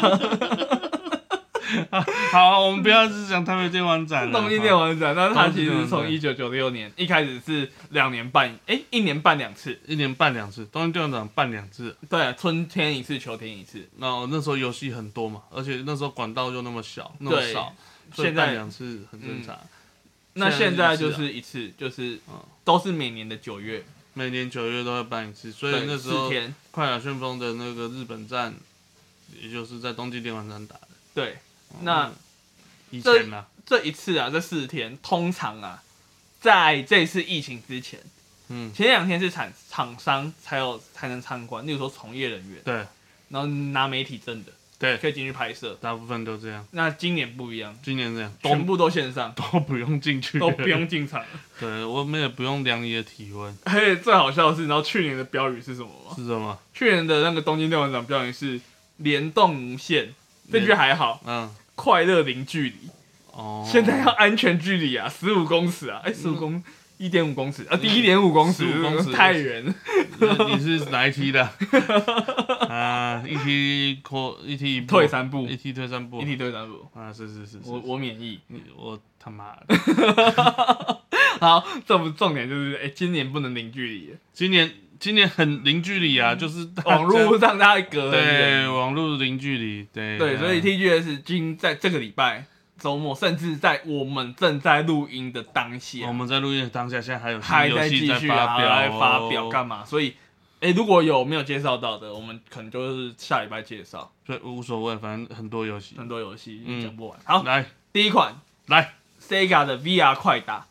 [SPEAKER 1] 好，我们不要只讲台北电玩展了，啊
[SPEAKER 2] 东京电玩展，
[SPEAKER 1] 嗯
[SPEAKER 2] 但是它其实是
[SPEAKER 1] 东
[SPEAKER 2] 从一
[SPEAKER 1] 京
[SPEAKER 2] 九九六年一开始是两年半，哎，一年半两次，
[SPEAKER 1] 一年办两次，东京电玩展办两次。
[SPEAKER 2] 对，啊春天一次，秋天一次，
[SPEAKER 1] 那我那时候游戏很多嘛，而且那时候管道又那么小，那么
[SPEAKER 2] 对
[SPEAKER 1] 少，所以
[SPEAKER 2] 现
[SPEAKER 1] 办
[SPEAKER 2] 在嗯
[SPEAKER 1] 两次很正常。
[SPEAKER 2] 那现
[SPEAKER 1] 现在
[SPEAKER 2] 在
[SPEAKER 1] 就
[SPEAKER 2] 就是是一次，就是
[SPEAKER 1] 啊嗯
[SPEAKER 2] 都是每年的九月，
[SPEAKER 1] 每年九月都会办一次，所以
[SPEAKER 2] 对，
[SPEAKER 1] 那时候
[SPEAKER 2] 四天，
[SPEAKER 1] 快打旋风的那个日本站，也就是在东京电玩展打的。
[SPEAKER 2] 对，
[SPEAKER 1] 哦
[SPEAKER 2] 那
[SPEAKER 1] 以
[SPEAKER 2] 这
[SPEAKER 1] 前啦，
[SPEAKER 2] 这一次啊，这四天通常啊，在这次疫情之前，
[SPEAKER 1] 嗯，
[SPEAKER 2] 前两天是厂厂商才有才能参观，例如说从业人员，
[SPEAKER 1] 对
[SPEAKER 2] 然后拿媒体证的
[SPEAKER 1] 对，
[SPEAKER 2] 可以进去拍摄。
[SPEAKER 1] 大部分都这样。
[SPEAKER 2] 那今年不一样，
[SPEAKER 1] 今年这样，都
[SPEAKER 2] 全部都线上，
[SPEAKER 1] 都 不用进去，
[SPEAKER 2] 都不。用进场。
[SPEAKER 1] 对，我们也不用量你的体温，
[SPEAKER 2] 而且最好笑的是，你知道去年的标语是什么吗？
[SPEAKER 1] 是什么？
[SPEAKER 2] 去年的那个东京电玩展标语是“联动无限”，这句还好，
[SPEAKER 1] 嗯，
[SPEAKER 2] 快乐零距离。
[SPEAKER 1] 哦，
[SPEAKER 2] 现在要安全距离啊，十五公尺啊，哎、1十五
[SPEAKER 1] 嗯
[SPEAKER 2] 公一点五公尺啊，第一点五公尺，
[SPEAKER 1] 15公尺
[SPEAKER 2] 太远。
[SPEAKER 1] 你你是哪一梯的？ 啊，一梯扩，一梯一步
[SPEAKER 2] 退，三步，
[SPEAKER 1] 一梯退三步，
[SPEAKER 2] 一体对三步，
[SPEAKER 1] 啊，是是是是，
[SPEAKER 2] 我我免疫。
[SPEAKER 1] 你我他妈的，
[SPEAKER 2] 好，这不重点就是，哎、今年不能零距离 了，
[SPEAKER 1] 今年今年很零距离啊，就是大家
[SPEAKER 2] 嗯网络上大家隔很远。
[SPEAKER 1] 对网络零距离，对
[SPEAKER 2] 对，所以
[SPEAKER 1] 啊
[SPEAKER 2] TGS 今在这个礼拜周末，甚至在我们正在录音的当
[SPEAKER 1] 我
[SPEAKER 2] 下，
[SPEAKER 1] 们在录音的当下，现在还有
[SPEAKER 2] 还
[SPEAKER 1] 新游戏
[SPEAKER 2] 继
[SPEAKER 1] 在
[SPEAKER 2] 续
[SPEAKER 1] 发
[SPEAKER 2] 啊，
[SPEAKER 1] 表
[SPEAKER 2] 来
[SPEAKER 1] 哦，
[SPEAKER 2] 发表干嘛？所以，哎、如果有没有介绍到的，我们可能就是下礼拜介绍
[SPEAKER 1] 所以无所谓，反正很多游戏。
[SPEAKER 2] 很多游戏
[SPEAKER 1] 嗯
[SPEAKER 2] 讲不完。好，
[SPEAKER 1] 来
[SPEAKER 2] 第一款
[SPEAKER 1] 来，
[SPEAKER 2] Sega 的 VR 快打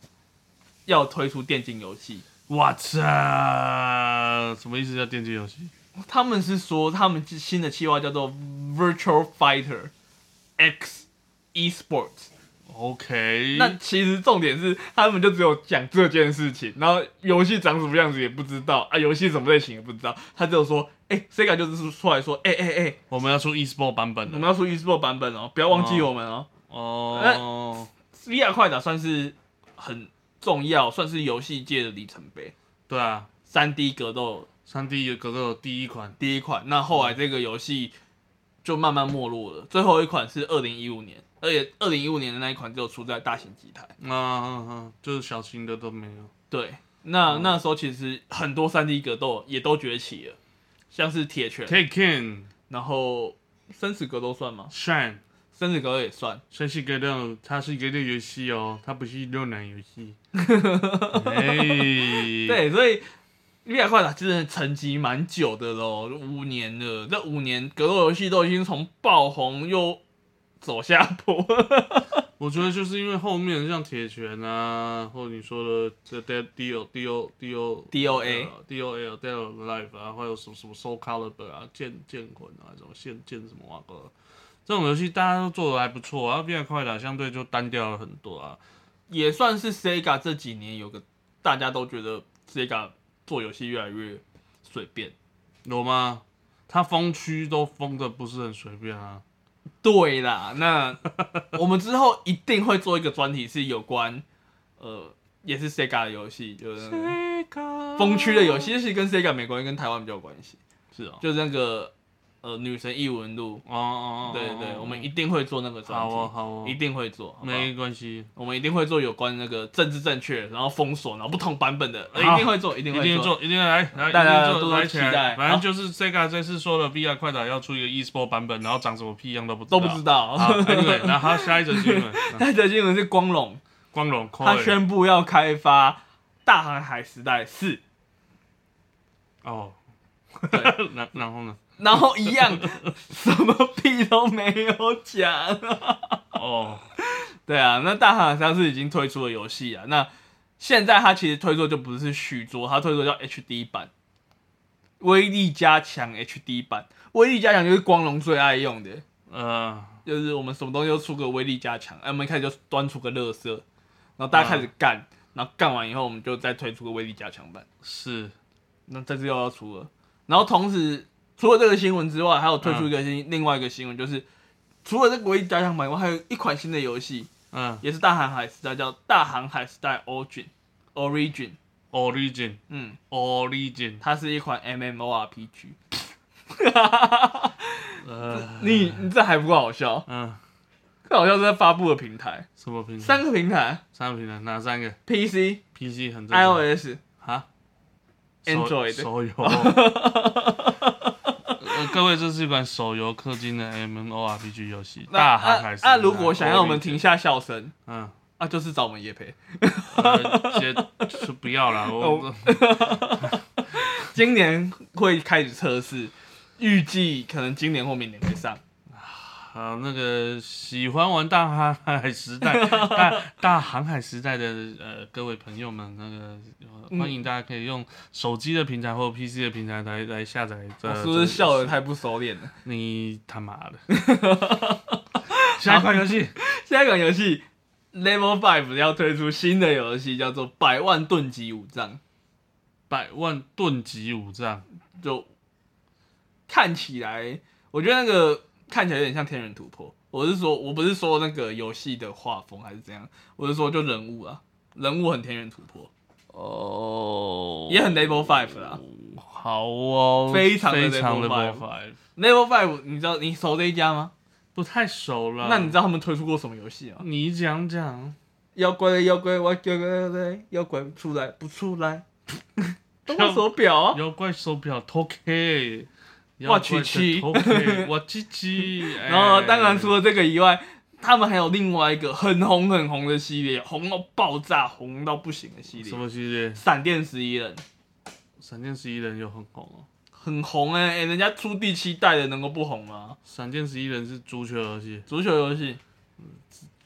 [SPEAKER 2] 要推出电竞游戏，
[SPEAKER 1] 我操！呃什么意思叫电竞游戏？
[SPEAKER 2] 他们是说他们新的计划叫做 Virtual Fighter X Esports。
[SPEAKER 1] OK，
[SPEAKER 2] 那其实重点是他们就只有讲这件事情，然后游戏长什么样子也不知道啊，游戏什么类型也不知道，他只有说，哎、s e g a 就是出来说，哎哎哎，
[SPEAKER 1] 我们要出 eSport 版本
[SPEAKER 2] 我
[SPEAKER 1] 的
[SPEAKER 2] 们要出 eSport 版本哦，不要忘记我们哦。呃
[SPEAKER 1] 哦。
[SPEAKER 2] VR 快打算是很重要，算是游戏界的里程碑，
[SPEAKER 1] 对啊，
[SPEAKER 2] 三 D 格斗
[SPEAKER 1] 三 D 格斗第一款，
[SPEAKER 2] 第一款，那后来这个游戏就慢慢没落了。最后一款是二零一五年，而且二零一五年的那一款只有出在大型机台。
[SPEAKER 1] 啊啊啊，就是小型的都没有。
[SPEAKER 2] 对，那、那时候其实很多三 D 格斗也都崛起了，像是铁拳，
[SPEAKER 1] Taken、
[SPEAKER 2] 然后生死格斗算吗？
[SPEAKER 1] Shine，
[SPEAKER 2] 生死格斗也算。
[SPEAKER 1] 山西格斗，它是格斗游戏 哦，它不是肉男游戏。哎，
[SPEAKER 2] 对，所以啊利亚快打真的沉寂蛮久的喽，五年了。这五年格斗游戏都已经从爆红又走下坡，
[SPEAKER 1] 我觉得就是因为后面像铁拳啊，或者你说的这 D D O D O D O
[SPEAKER 2] DOA
[SPEAKER 1] D O L D O Life 啊，还有什么什么 Soul Calibur 啊、剑剑魂啊、什么剑剑什么啊哥，这种游戏大家都做的还不错啊。变快打相对就单调了很多啊。
[SPEAKER 2] 也算是 Sega 这几年有个大家都觉得 Sega 做游戏越来越随便。
[SPEAKER 1] 有吗？它封区都封的不是很随便啊。
[SPEAKER 2] 对啦， 那我们之后一定会做一个专题，是有关呃，也是 Sega 的游戏，就是那个风区的游戏，其实跟 Sega 没关系，跟台湾比较有关系，
[SPEAKER 1] 是哦，
[SPEAKER 2] 就是那个呃，女神异闻录，
[SPEAKER 1] 哦哦哦，
[SPEAKER 2] 对对
[SPEAKER 1] 哦
[SPEAKER 2] 我们一定会做那个专
[SPEAKER 1] 好
[SPEAKER 2] 题，
[SPEAKER 1] 哦好哦，
[SPEAKER 2] 一定会做，好不好
[SPEAKER 1] 没关系，
[SPEAKER 2] 我们一定会做有关那个政治正确，然后封锁，然后不同版本的，呃
[SPEAKER 1] 好
[SPEAKER 2] 一定会做，一
[SPEAKER 1] 一
[SPEAKER 2] 定会
[SPEAKER 1] 定
[SPEAKER 2] 做。
[SPEAKER 1] 做，一定来来，
[SPEAKER 2] 大家
[SPEAKER 1] 一定做
[SPEAKER 2] 多多
[SPEAKER 1] 来起
[SPEAKER 2] 期待
[SPEAKER 1] 来。反
[SPEAKER 2] 好
[SPEAKER 1] 正就是 Sega 这次说了，VR 快打要出一个 eSport 版本，然后长什么屁样都不
[SPEAKER 2] 都不知。道。
[SPEAKER 1] 好，对，然后下一则新闻，
[SPEAKER 2] 那则新闻是光荣，
[SPEAKER 1] 光荣 c
[SPEAKER 2] 他
[SPEAKER 1] o i
[SPEAKER 2] 宣布要开发《大航海时代四》，
[SPEAKER 1] 哦
[SPEAKER 2] 对，
[SPEAKER 1] 然然后呢？
[SPEAKER 2] 然后一样什么屁都没有讲。
[SPEAKER 1] 哦，
[SPEAKER 2] 对啊，那《大航海时代四》已经推出了游戏啊，那现在它其实推出就不是续作，它推出叫 HD 版，威力加强 HD 版。威力加强就是光荣最爱用的，
[SPEAKER 1] 呃，
[SPEAKER 2] 就是我们什么东西都出个威力加强，哎，我们一开始就端出个乐色，然后大家开始干，然后干完以后，我们就再推出个威力加强版。
[SPEAKER 1] 是
[SPEAKER 2] 那这次又要出了，然后同时除了这个新闻之外，还有推出一
[SPEAKER 1] 嗯
[SPEAKER 2] 个新、另外一个新闻，就是除了这个威力加强版以外，还有一款新的游戏，
[SPEAKER 1] 嗯
[SPEAKER 2] 也是大航海时代，叫《大航海时代 Origin》Origin，
[SPEAKER 1] ，Origin
[SPEAKER 2] 嗯，
[SPEAKER 1] Origin，
[SPEAKER 2] 它是一款 MMORPG。
[SPEAKER 1] 呃，
[SPEAKER 2] 你你这还不够好笑，
[SPEAKER 1] 嗯，
[SPEAKER 2] 更好笑是在发布的平台，
[SPEAKER 1] 什么平台？
[SPEAKER 2] 三个平台
[SPEAKER 1] 三个平台哪三个
[SPEAKER 2] ，PC、
[SPEAKER 1] ？PC 很正常
[SPEAKER 2] iOS。
[SPEAKER 1] 啊
[SPEAKER 2] Android
[SPEAKER 1] 手手游。呃，各位，这是一款手游氪金的 MMORPG 游戏，
[SPEAKER 2] 那
[SPEAKER 1] 大航海时代。
[SPEAKER 2] 那、啊如果想要我们停下笑声，
[SPEAKER 1] 嗯，
[SPEAKER 2] 啊，就是找我们叶培。
[SPEAKER 1] 呃先就不要了。
[SPEAKER 2] 哦
[SPEAKER 1] 我
[SPEAKER 2] 今年会开始测试，预计可能今年或明年会上。
[SPEAKER 1] 好，那个喜欢玩大航海时代、大大航海时代的呃各位朋友们，那个、呃欢
[SPEAKER 2] 嗯
[SPEAKER 1] 迎大家可以用手机的平台或 PC 的平台来来下载这。
[SPEAKER 2] 我哦是不是笑得太不熟练了？
[SPEAKER 1] 你他妈的！下一款游戏，
[SPEAKER 2] 下一款游戏 Level Five 要推出新的游戏，叫做《百万盾级武藏》，
[SPEAKER 1] 百万盾级武藏。
[SPEAKER 2] 就看起来，我觉得那个看起来有点像《天人突破》。我是说，我不是说那个游戏的画风还是怎样，我是说就人物啊，人物很《天人突破》，
[SPEAKER 1] 哦，
[SPEAKER 2] 也很 Level Five 啦。
[SPEAKER 1] 好哦，
[SPEAKER 2] 非常的
[SPEAKER 1] 非常的
[SPEAKER 2] Level
[SPEAKER 1] Five，
[SPEAKER 2] Level Five，你知道你熟这一家吗？
[SPEAKER 1] 不太熟了。
[SPEAKER 2] 那你知道他们推出过什么游戏吗？
[SPEAKER 1] 你讲讲，
[SPEAKER 2] 妖怪的妖怪，我叫个的妖怪不出来不出来， 动手表啊！
[SPEAKER 1] 妖怪手表 t o k
[SPEAKER 2] 我去
[SPEAKER 1] t
[SPEAKER 2] 去
[SPEAKER 1] o k 我去去。哎
[SPEAKER 2] 然后当然除了这个以外，他们还有另外一个很红很红的系列，红到爆炸，红到不行的系
[SPEAKER 1] 什
[SPEAKER 2] 列，
[SPEAKER 1] 么系列？
[SPEAKER 2] 闪电十一人
[SPEAKER 1] 闪电十一人有很红哦。
[SPEAKER 2] 很红哎、欸人家出第七代的能够不红吗？
[SPEAKER 1] 闪电十一人是足球游戏，
[SPEAKER 2] 足球游戏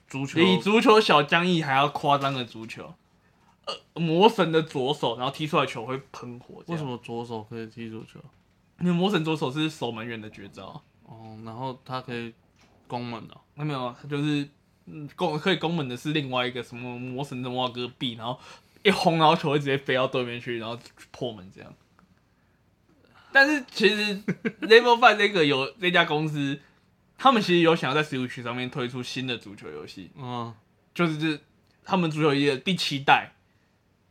[SPEAKER 1] 足球
[SPEAKER 2] 比足球小将翼还要夸张的足球，呃，魔神的左手，然后踢出来球会喷火，
[SPEAKER 1] 为什？么左手可以踢足球？
[SPEAKER 2] 因为魔神左手是守门员的绝招。
[SPEAKER 1] 哦，然后他可以攻门哦。
[SPEAKER 2] 那没有，他啊就是嗯攻可以攻门的是另外一个什么魔神的挖戈壁，然后一轰，然后球会直接飞到对面去，然后破门这样。但是其实 Level Five 这个有这家公司，他们其实有想要在 Switch 上面推出新的足球游戏，
[SPEAKER 1] 嗯，
[SPEAKER 2] 就是这他们足球业的第七代。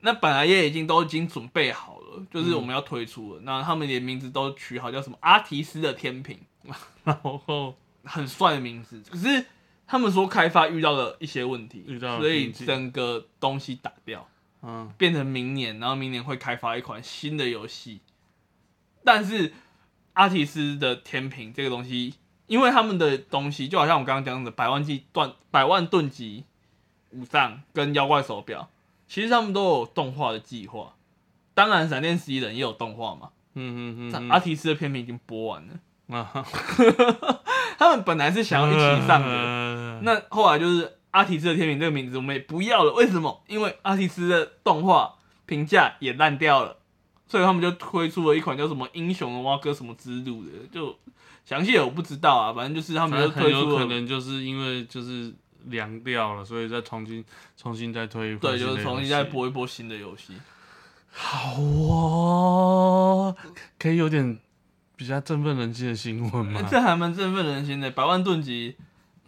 [SPEAKER 2] 那本来也已经都已经准备好了，就是我们要推出了。那他们连名字都取好，叫什么阿提斯的天平，
[SPEAKER 1] 然后
[SPEAKER 2] 很帅的名字，可是他们说开发遇到了一些问题，
[SPEAKER 1] 遇到了
[SPEAKER 2] 所以
[SPEAKER 1] 瓶颈
[SPEAKER 2] 整个东西打掉，
[SPEAKER 1] 嗯，
[SPEAKER 2] 变成明年，然后明年会开发一款新的游戏。但是阿提斯的天平这个东西，因为他们的东西就好像我刚刚讲的百万级断百万盾级武藏跟妖怪手表，其实他们都有动画的计划，当然，闪电十一人也有动画嘛。
[SPEAKER 1] 嗯嗯嗯，
[SPEAKER 2] 但阿提斯的片名已经播完了，
[SPEAKER 1] 啊哈，
[SPEAKER 2] 他们本来是想要一起 上的，
[SPEAKER 1] 的
[SPEAKER 2] 那后来就是阿提斯的天平这个名字我们也不要了，为什么？因为阿提斯的动画评价也烂掉了，所以他们就推出了一款叫什么《英雄的蛙哥什么之路》的，就详细的我不知道啊，反正就是他们就
[SPEAKER 1] 很
[SPEAKER 2] 推
[SPEAKER 1] 有
[SPEAKER 2] 出
[SPEAKER 1] 可
[SPEAKER 2] 了，
[SPEAKER 1] 能就是因为就是凉掉了，所以再重新重新再推一款
[SPEAKER 2] 对，
[SPEAKER 1] 新
[SPEAKER 2] 就
[SPEAKER 1] 的
[SPEAKER 2] 是重
[SPEAKER 1] 游
[SPEAKER 2] 新
[SPEAKER 1] 戏
[SPEAKER 2] 再。播一波新的游戏。
[SPEAKER 1] 好哦，可以有点比较振奋人心的新闻吗
[SPEAKER 2] 欸？ 这还蛮振奋人心的，百万盾级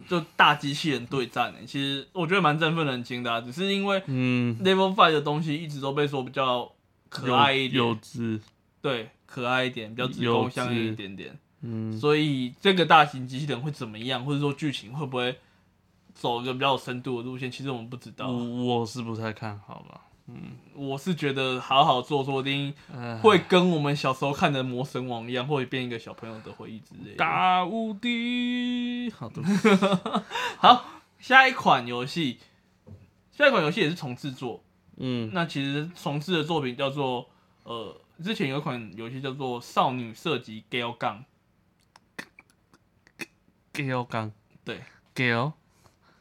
[SPEAKER 2] 就大机器人对战、欸，其实我觉得蛮振奋人心的、啊，只是因为
[SPEAKER 1] 嗯，
[SPEAKER 2] Level Five 的东西一直都被说比较可爱一
[SPEAKER 1] 幼
[SPEAKER 2] 点，
[SPEAKER 1] 稚，
[SPEAKER 2] 对，可爱一点，比较子宫相应一点点，
[SPEAKER 1] 嗯
[SPEAKER 2] 所以这个大型机器人会怎么样，或者说剧情会不会走一个比较有深度的路线，其实我们不知道。
[SPEAKER 1] 我我是不太看好了。
[SPEAKER 2] 我是觉得好好做，说不定
[SPEAKER 1] 哎
[SPEAKER 2] 会跟我们小时候看的《魔神王》一样，会变一个小朋友的回忆之类的。
[SPEAKER 1] 大无敌，好的，
[SPEAKER 2] 好，下一款游戏，下一款游戏也是重制作。
[SPEAKER 1] 嗯
[SPEAKER 2] 那其实重制的作品叫做呃，之前有一款游戏叫做《少女射击 Gal Gun》，
[SPEAKER 1] ，Gao 杠
[SPEAKER 2] 对
[SPEAKER 1] ，Gao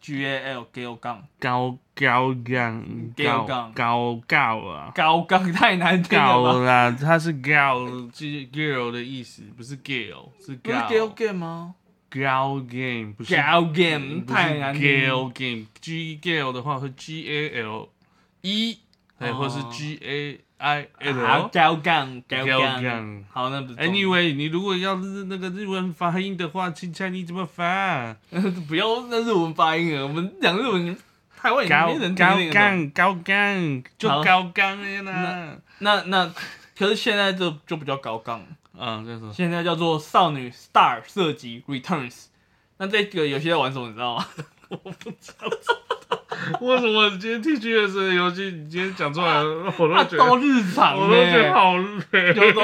[SPEAKER 2] ，G A L Gal Gun，
[SPEAKER 1] 高高杠高
[SPEAKER 2] 高杠
[SPEAKER 1] 高高啊，
[SPEAKER 2] 高杠 太难听了
[SPEAKER 1] 高
[SPEAKER 2] 吧？
[SPEAKER 1] 啦，它是 Gao，就是 Girl 的意思，不是 Gao，是
[SPEAKER 2] 不是 Gal
[SPEAKER 1] Gao
[SPEAKER 2] Game 吗
[SPEAKER 1] Gao Game，不是
[SPEAKER 2] ？Gal
[SPEAKER 1] 嗯
[SPEAKER 2] Game
[SPEAKER 1] 不是
[SPEAKER 2] 太难听了
[SPEAKER 1] Gale Game，G Gale 的话是 G A L E，哎，
[SPEAKER 2] 哦
[SPEAKER 1] 或是 G A I
[SPEAKER 2] 好
[SPEAKER 1] L。
[SPEAKER 2] ，Gal Gun Gal
[SPEAKER 1] Gal
[SPEAKER 2] Gun，
[SPEAKER 1] Gun
[SPEAKER 2] 好，那不是重点
[SPEAKER 1] 哎 Anyway，你如果要是那个日文发音的话，青菜你怎么发？
[SPEAKER 2] 不要那日文发音了，我们讲日文，台湾也
[SPEAKER 1] 高
[SPEAKER 2] 没人听
[SPEAKER 1] 高
[SPEAKER 2] 那个。
[SPEAKER 1] 杠高杠就
[SPEAKER 2] 好
[SPEAKER 1] 高杠的啦。
[SPEAKER 2] 那那，可是现在就就比较高杠了。
[SPEAKER 1] 啊，这是
[SPEAKER 2] 现在叫做《少女 Star 射击 Returns》。那这个游戏在玩什么，你知道吗？
[SPEAKER 1] 为什么今天 TGS 的游戏，你今天讲出来，我
[SPEAKER 2] 它
[SPEAKER 1] 啊都觉
[SPEAKER 2] 都
[SPEAKER 1] 得
[SPEAKER 2] 日常
[SPEAKER 1] 我
[SPEAKER 2] 呢、
[SPEAKER 1] 都觉得
[SPEAKER 2] 欸，
[SPEAKER 1] 好累，
[SPEAKER 2] 就都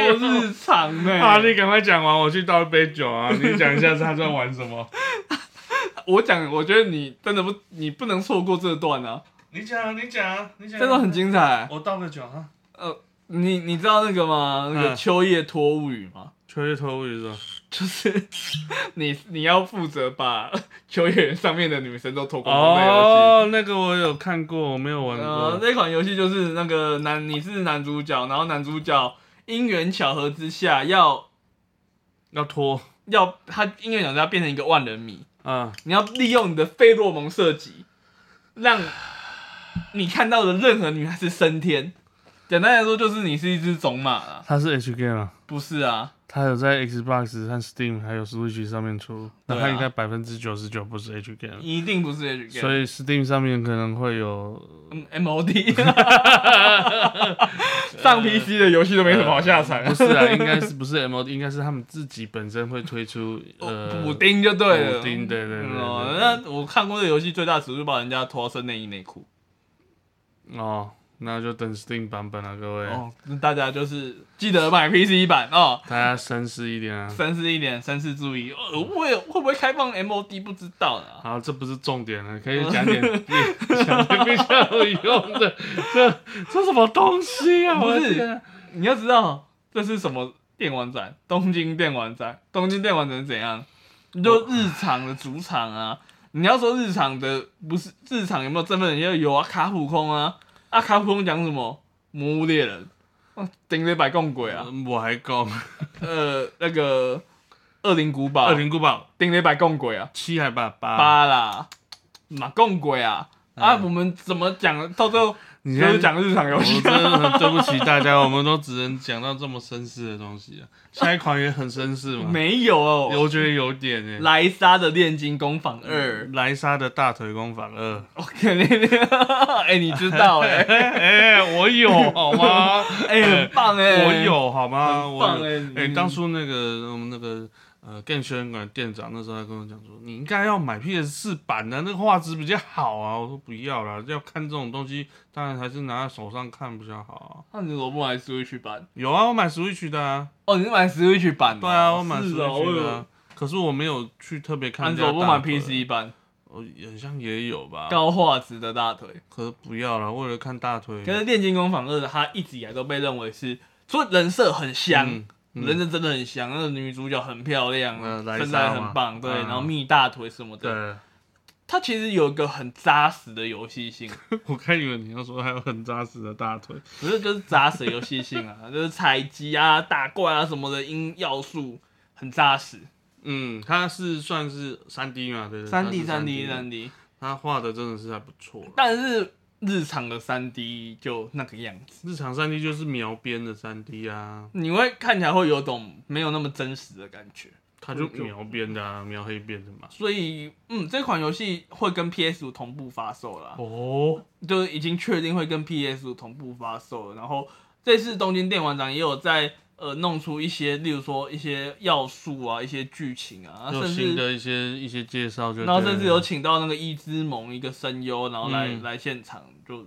[SPEAKER 2] 日常欸呢、
[SPEAKER 1] 啊，你赶快讲完，我去倒一杯酒啊！你讲一下他在玩什么？
[SPEAKER 2] 我讲，我觉得你真的不，你不能错过这段啊，
[SPEAKER 1] 你讲啊，你讲啊，你讲啊。
[SPEAKER 2] 真的很精彩。
[SPEAKER 1] 我倒个酒啊。
[SPEAKER 2] 呃，你你知道那个吗？那个
[SPEAKER 1] 嗯
[SPEAKER 2] 秋叶托物语吗？
[SPEAKER 1] 秋叶头物语是吧？
[SPEAKER 2] 就是 你你要负责把 秋叶原上面的女生都脱光光的游戏。
[SPEAKER 1] 哦，那个我有看过，我没有玩
[SPEAKER 2] 呃，
[SPEAKER 1] 过。
[SPEAKER 2] 那款游戏就是那个男，你是男主角，然后男主角因缘巧合之下要
[SPEAKER 1] 要拖
[SPEAKER 2] 要他因缘巧合要变成一个万人迷，
[SPEAKER 1] 啊，
[SPEAKER 2] 你要利用你的费洛蒙射击，让你看到的任何女孩子升天。简单来说，就是你是一只种马啦，
[SPEAKER 1] 它是 H game 啊，
[SPEAKER 2] 不是啊？
[SPEAKER 1] 它有在 Xbox 和 Steam 还有 Switch 上面出，那它
[SPEAKER 2] 对啊
[SPEAKER 1] 应该百分之九十九不是 H game，
[SPEAKER 2] 一定不是 H game，
[SPEAKER 1] 所以 Steam 上面可能会有，
[SPEAKER 2] 嗯 MOD
[SPEAKER 1] 呃
[SPEAKER 2] 上 PC 的游戏都没什么好下场啊
[SPEAKER 1] 不，是啊，应该是不是 MOD，应该是他们自己本身会推 出呃
[SPEAKER 2] 补丁就对了，
[SPEAKER 1] 补丁，对对对
[SPEAKER 2] 哦，
[SPEAKER 1] 对
[SPEAKER 2] 那我看过的游戏最大尺度就把人家脱到身内衣内裤。
[SPEAKER 1] 对哦，那就等 Steam 版本了，各位，
[SPEAKER 2] 哦，那大家就是记得买 PC 版哦，
[SPEAKER 1] 大家深思一点啊。
[SPEAKER 2] 三思一点，三思注意。哦，会会不会开放 MOD 不知道呢？
[SPEAKER 1] 好，这不是重点了，可以 讲点讲点比较有用的。这这什么东西啊？
[SPEAKER 2] 不
[SPEAKER 1] 我的
[SPEAKER 2] 是
[SPEAKER 1] 天啊
[SPEAKER 2] 你要知道这是什么电玩展，东京电玩展，东京电玩展是怎样？你就日常的主场啊。你要说日常的不是日常有没有振奋人心？有啊，卡普空啊，啊卡普空讲什么？魔物猎人，哦，顶着百共鬼啊，
[SPEAKER 1] 嗯我还高，
[SPEAKER 2] 呃，那个恶灵古堡，
[SPEAKER 1] 二零古堡
[SPEAKER 2] 顶礼拜共鬼啊，
[SPEAKER 1] 七还八八，
[SPEAKER 2] 八啦，嘛共鬼啊，啊，我们怎么讲？到最后
[SPEAKER 1] 你
[SPEAKER 2] 就
[SPEAKER 1] 现在
[SPEAKER 2] 是，讲日常游
[SPEAKER 1] 我
[SPEAKER 2] 戏
[SPEAKER 1] 真，的很对不起大家，我们都只能讲到这么绅士的东西啊。下一款也很绅士嘛，
[SPEAKER 2] 没有哦。
[SPEAKER 1] 我觉得有点诶。
[SPEAKER 2] 莱莎的炼金工坊二，
[SPEAKER 1] 莱莎的大腿功法 二，
[SPEAKER 2] 我肯定，哎，你知道哎，
[SPEAKER 1] 哎，我有好吗？
[SPEAKER 2] 哎，很棒 哎，
[SPEAKER 1] 我，有好吗？
[SPEAKER 2] 很
[SPEAKER 1] 我
[SPEAKER 2] 棒
[SPEAKER 1] 有
[SPEAKER 2] 哎
[SPEAKER 1] 哎、
[SPEAKER 2] 你
[SPEAKER 1] 当初那个我们那个呃电宣馆店长那时候还跟我讲说，你应该要买 PS 四版的，那个画质比较好啊。我说不要啦，
[SPEAKER 2] 嗯
[SPEAKER 1] 要看这种东西，当然还是拿在手上看比较好、啊。
[SPEAKER 2] 那你怎么不买 Switch 版？
[SPEAKER 1] 有啊，我买 Switch 的啊，
[SPEAKER 2] 哦，你是买 Switch 版的？
[SPEAKER 1] 对啊，我买
[SPEAKER 2] 是哦
[SPEAKER 1] Switch 的、
[SPEAKER 2] 我有
[SPEAKER 1] 啊。可是我没有去特别
[SPEAKER 2] 那
[SPEAKER 1] 看
[SPEAKER 2] 你
[SPEAKER 1] 人
[SPEAKER 2] 怎
[SPEAKER 1] 家
[SPEAKER 2] 么
[SPEAKER 1] 大腿。
[SPEAKER 2] 不买 PC 版？
[SPEAKER 1] 呃？哦，很像也有吧，
[SPEAKER 2] 高画质的大腿。
[SPEAKER 1] 可是不要了，为了看大腿，
[SPEAKER 2] 可是《炼金工坊二》它一直以来都被认为是，除了人设很香，
[SPEAKER 1] 嗯嗯
[SPEAKER 2] 人设真的很香，那个女主角很漂亮，
[SPEAKER 1] 嗯莱莎
[SPEAKER 2] 身材
[SPEAKER 1] 嘛
[SPEAKER 2] 很棒，对，
[SPEAKER 1] 嗯
[SPEAKER 2] 然后蜜大腿什么的，
[SPEAKER 1] 对，
[SPEAKER 2] 它其实有一个很扎实的游戏性，啊
[SPEAKER 1] 我看以为你要说还有很扎实的大腿，
[SPEAKER 2] 不是就是扎实的游戏性啊， 就是采集啊、打怪啊什么的因要素很扎实，
[SPEAKER 1] 嗯，它是算是三 D 嘛，对不对，
[SPEAKER 2] 三 D
[SPEAKER 1] 它是
[SPEAKER 2] 三
[SPEAKER 1] 3D
[SPEAKER 2] D
[SPEAKER 1] 的
[SPEAKER 2] 三 D，
[SPEAKER 1] 他画的真的是还不错啦。
[SPEAKER 2] 但是日常的三 D 就那个样子，
[SPEAKER 1] 日常三 D 就是描边的三 D 啊，
[SPEAKER 2] 你会看起来会有种没有那么真实的感觉。
[SPEAKER 1] 它就
[SPEAKER 2] 就
[SPEAKER 1] 描边的啊，描黑边的嘛。
[SPEAKER 2] 所以，嗯，这款游戏会跟 PS 五同步发售啦，
[SPEAKER 1] 哦，
[SPEAKER 2] 就是已经确定会跟 PS 五同步发售了。然后这次东京电玩展也有在呃弄出一些，例如说一些要素啊、一些剧情啊，
[SPEAKER 1] 有
[SPEAKER 2] 甚
[SPEAKER 1] 新
[SPEAKER 2] 至
[SPEAKER 1] 的一些一些介绍就对了，
[SPEAKER 2] 然后甚至有请到那个伊之萌一个声优，然后来、
[SPEAKER 1] 嗯
[SPEAKER 2] 来现场就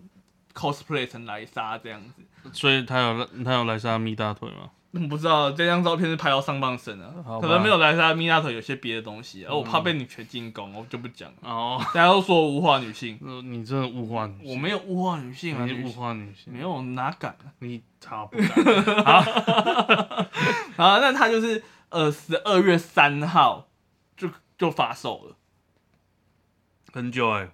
[SPEAKER 2] cosplay 成莱莎这样子。
[SPEAKER 1] 所以他有他有莱莎咪大腿吗？
[SPEAKER 2] 嗯不知道这张照片是拍到上半身啊
[SPEAKER 1] 好，吧嗯
[SPEAKER 2] 可能没有莱莎咪大腿，有些别的东西、啊。而我怕被女权进攻，我就不讲了。
[SPEAKER 1] 哦，
[SPEAKER 2] 大家都说我物化女性，
[SPEAKER 1] 呃你真的物化女性，
[SPEAKER 2] 我没有物化女性啊，
[SPEAKER 1] 你
[SPEAKER 2] 女
[SPEAKER 1] 物
[SPEAKER 2] 性
[SPEAKER 1] 化女性，
[SPEAKER 2] 没有哪敢啊？
[SPEAKER 1] 你差不多。
[SPEAKER 2] 啊，那它就是呃十二月三号就就发售了
[SPEAKER 1] 很久哎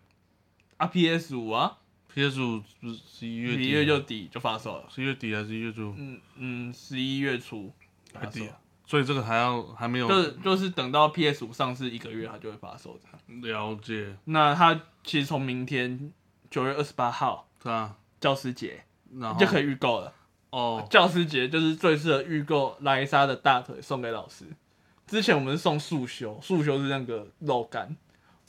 [SPEAKER 2] 啊，PS 五啊，
[SPEAKER 1] ，PS 五不是十一月
[SPEAKER 2] 十
[SPEAKER 1] 底啊
[SPEAKER 2] 一月就底就发售了，
[SPEAKER 1] 十一月底还是一月初？
[SPEAKER 2] 嗯嗯，十一月初发售
[SPEAKER 1] 底，啊所以这个还要还没有
[SPEAKER 2] 就是就是等到 PS 五上市一个月它就会发售这样。
[SPEAKER 1] 了解，
[SPEAKER 2] 那它其实从明天九月二十八号
[SPEAKER 1] 是啊，
[SPEAKER 2] 教师节
[SPEAKER 1] 然后
[SPEAKER 2] 就可以啊预购了。
[SPEAKER 1] 哦，
[SPEAKER 2] 教师节就是最适合预购莱莎的大腿送给老师。之前我们是送束修，束修是那个肉干，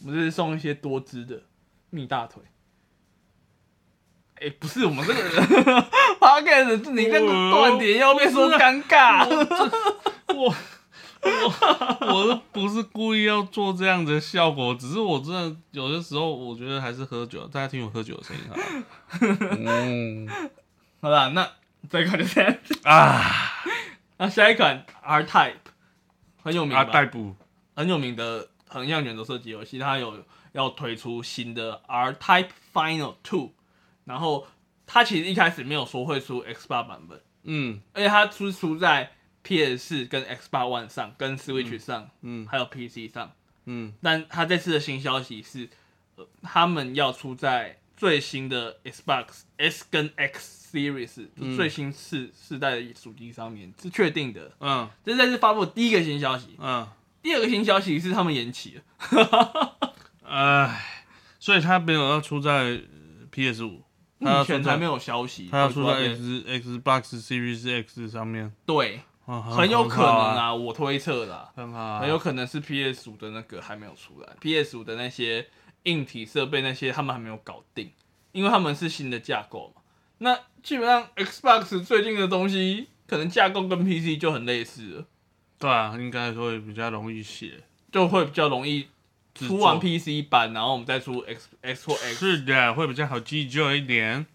[SPEAKER 2] 我们是送一些多汁的蜜大腿。哎、不是我们这个 podcast，你这个断点要被说尴尬。
[SPEAKER 1] 我 我我是不是故意要做这样的效果？只是我真的有些时候，我觉得还是喝酒，大家听我喝酒的声音好了。嗯
[SPEAKER 2] 好啦，那这一款就这样。
[SPEAKER 1] 啊
[SPEAKER 2] 那下一款 R Type 很有名吧？
[SPEAKER 1] 啊，逮捕
[SPEAKER 2] 很有名的横向卷轴射击游戏，它有要推出新的 R Type Final Two，然后它其实一开始没有说会出 X 八版本，
[SPEAKER 1] 嗯
[SPEAKER 2] 而且它出出在 PS 四跟 X 八 One 上、跟 Switch 上，
[SPEAKER 1] 嗯
[SPEAKER 2] 还有 PC 上。
[SPEAKER 1] 嗯
[SPEAKER 2] 但它这次的新消息是，呃他们要出在最新的 Xbox S 跟 X Series，就
[SPEAKER 1] 嗯
[SPEAKER 2] 最新世世代的主机上面是确定的。
[SPEAKER 1] 嗯
[SPEAKER 2] 这是这次发布的第一个新消息，
[SPEAKER 1] 嗯，
[SPEAKER 2] 第二个新消息是他们延 期了。
[SPEAKER 1] 哎，所以他没有要出在 PS 五，他
[SPEAKER 2] 目
[SPEAKER 1] 要出
[SPEAKER 2] 前还没
[SPEAKER 1] 在
[SPEAKER 2] 有消息，
[SPEAKER 1] 他要出在
[SPEAKER 2] 会不会
[SPEAKER 1] X Xbox Series X 上面，
[SPEAKER 2] 对，
[SPEAKER 1] 啊
[SPEAKER 2] 很有可能
[SPEAKER 1] 好啊，
[SPEAKER 2] 啊，我推测啦，
[SPEAKER 1] 很好啊，
[SPEAKER 2] 很有可能是 PS 五的那个还没有出来，PS 五的那些硬体设备那些他们还没有搞定，因为他们是新的架构嘛。那基本上 Xbox 最近的东西可能架构跟 PC 就很类似了，
[SPEAKER 1] 对啊，应该会比较容易写。
[SPEAKER 2] 就会比较容易
[SPEAKER 1] 制
[SPEAKER 2] 出
[SPEAKER 1] 作
[SPEAKER 2] 完 PC 版，然后我们再出 X X 或 X，
[SPEAKER 1] 是的，会比较好记就一点。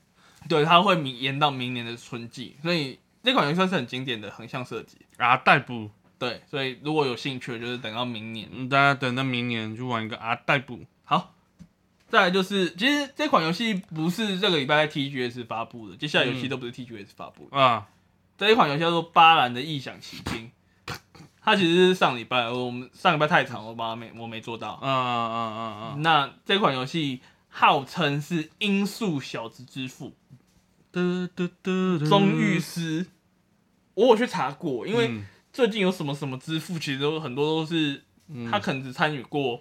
[SPEAKER 2] 对，它会明延到明年的春季，所以这款也算是很经典的横向设计。
[SPEAKER 1] 啊，逮捕。
[SPEAKER 2] 对，所以如果有兴趣的，就是等到明年。
[SPEAKER 1] 嗯，大家等到明年去玩一个啊逮捕，
[SPEAKER 2] 好，再来就是，其实这款游戏不是这个礼拜在 TGS 发布的，接下来游戏都不是 TGS 发布的。
[SPEAKER 1] 啊，
[SPEAKER 2] 这一款游戏叫做《巴兰的异想奇境》，它其实是上礼拜我们上礼拜太长，我把它没我没做到
[SPEAKER 1] 啊。啊啊啊！
[SPEAKER 2] 那这款游戏号称是音速小子之父
[SPEAKER 1] 嘟嘟嘟嘟，
[SPEAKER 2] 钟玉师，我有去查过，因为
[SPEAKER 1] 嗯
[SPEAKER 2] 最近有什么什么之父，其实都很多都是
[SPEAKER 1] 嗯
[SPEAKER 2] 他可能只参与过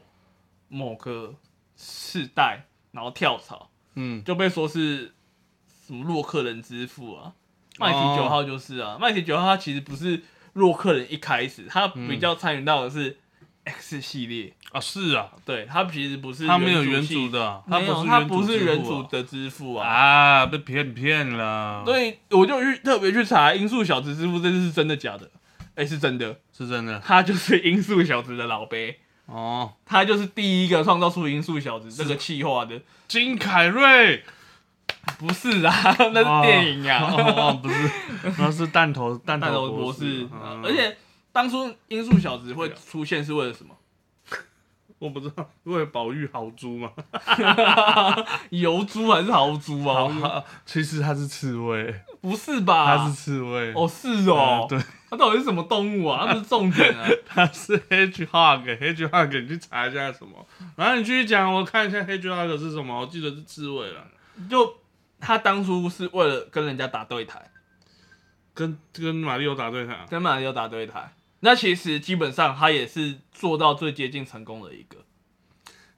[SPEAKER 2] 某个世代，然后跳槽。
[SPEAKER 1] 嗯
[SPEAKER 2] 就被说是什么洛克人之父啊，麦提九号就是啊，麦提九号他其实不是洛克人一开始，他比较参与到的是 X 系列，
[SPEAKER 1] 啊是啊，
[SPEAKER 2] 对他其实不是
[SPEAKER 1] 他没有
[SPEAKER 2] 原
[SPEAKER 1] 原
[SPEAKER 2] 系
[SPEAKER 1] 主，的，啊
[SPEAKER 2] 没有他不是原主
[SPEAKER 1] 的
[SPEAKER 2] 的之父啊，
[SPEAKER 1] 啊，被骗骗了，，
[SPEAKER 2] 所以我就去特别去查《音速小子之父》这是真的假的，哎、是真的，
[SPEAKER 1] 是真的
[SPEAKER 2] 他就是《音速小子》的老贝。
[SPEAKER 1] 哦。
[SPEAKER 2] 他就是第一个创造出《音速小子》这个气化的，
[SPEAKER 1] 金凯瑞，
[SPEAKER 2] 不是啊， 那是电影啊。
[SPEAKER 1] 哦 哦不是， 那是弹头弹
[SPEAKER 2] 弹头
[SPEAKER 1] 头
[SPEAKER 2] 博士
[SPEAKER 1] 士，，嗯
[SPEAKER 2] 而且当初音速小子会出现是为了什么？
[SPEAKER 1] 我不知道，因为宝玉豪猪嘛，
[SPEAKER 2] 油猪还是豪猪啊？
[SPEAKER 1] 好，其实它是刺猬，
[SPEAKER 2] 不是吧？
[SPEAKER 1] 它是刺猬，
[SPEAKER 2] 哦，是哦
[SPEAKER 1] 嗯，对，
[SPEAKER 2] 它到底是什么动物啊？它不是重点 啊。
[SPEAKER 1] 它是 hedgehog，hedgehog，你去查一下是什么，然后你继续讲，我看一下 hedgehog 是什么，我记得是刺猬了，
[SPEAKER 2] 就他当初是为了跟人家打对台，
[SPEAKER 1] 跟跟马里奥打对台，
[SPEAKER 2] 跟马里奥打对台。那其实基本上他也是做到最接近成功的一个，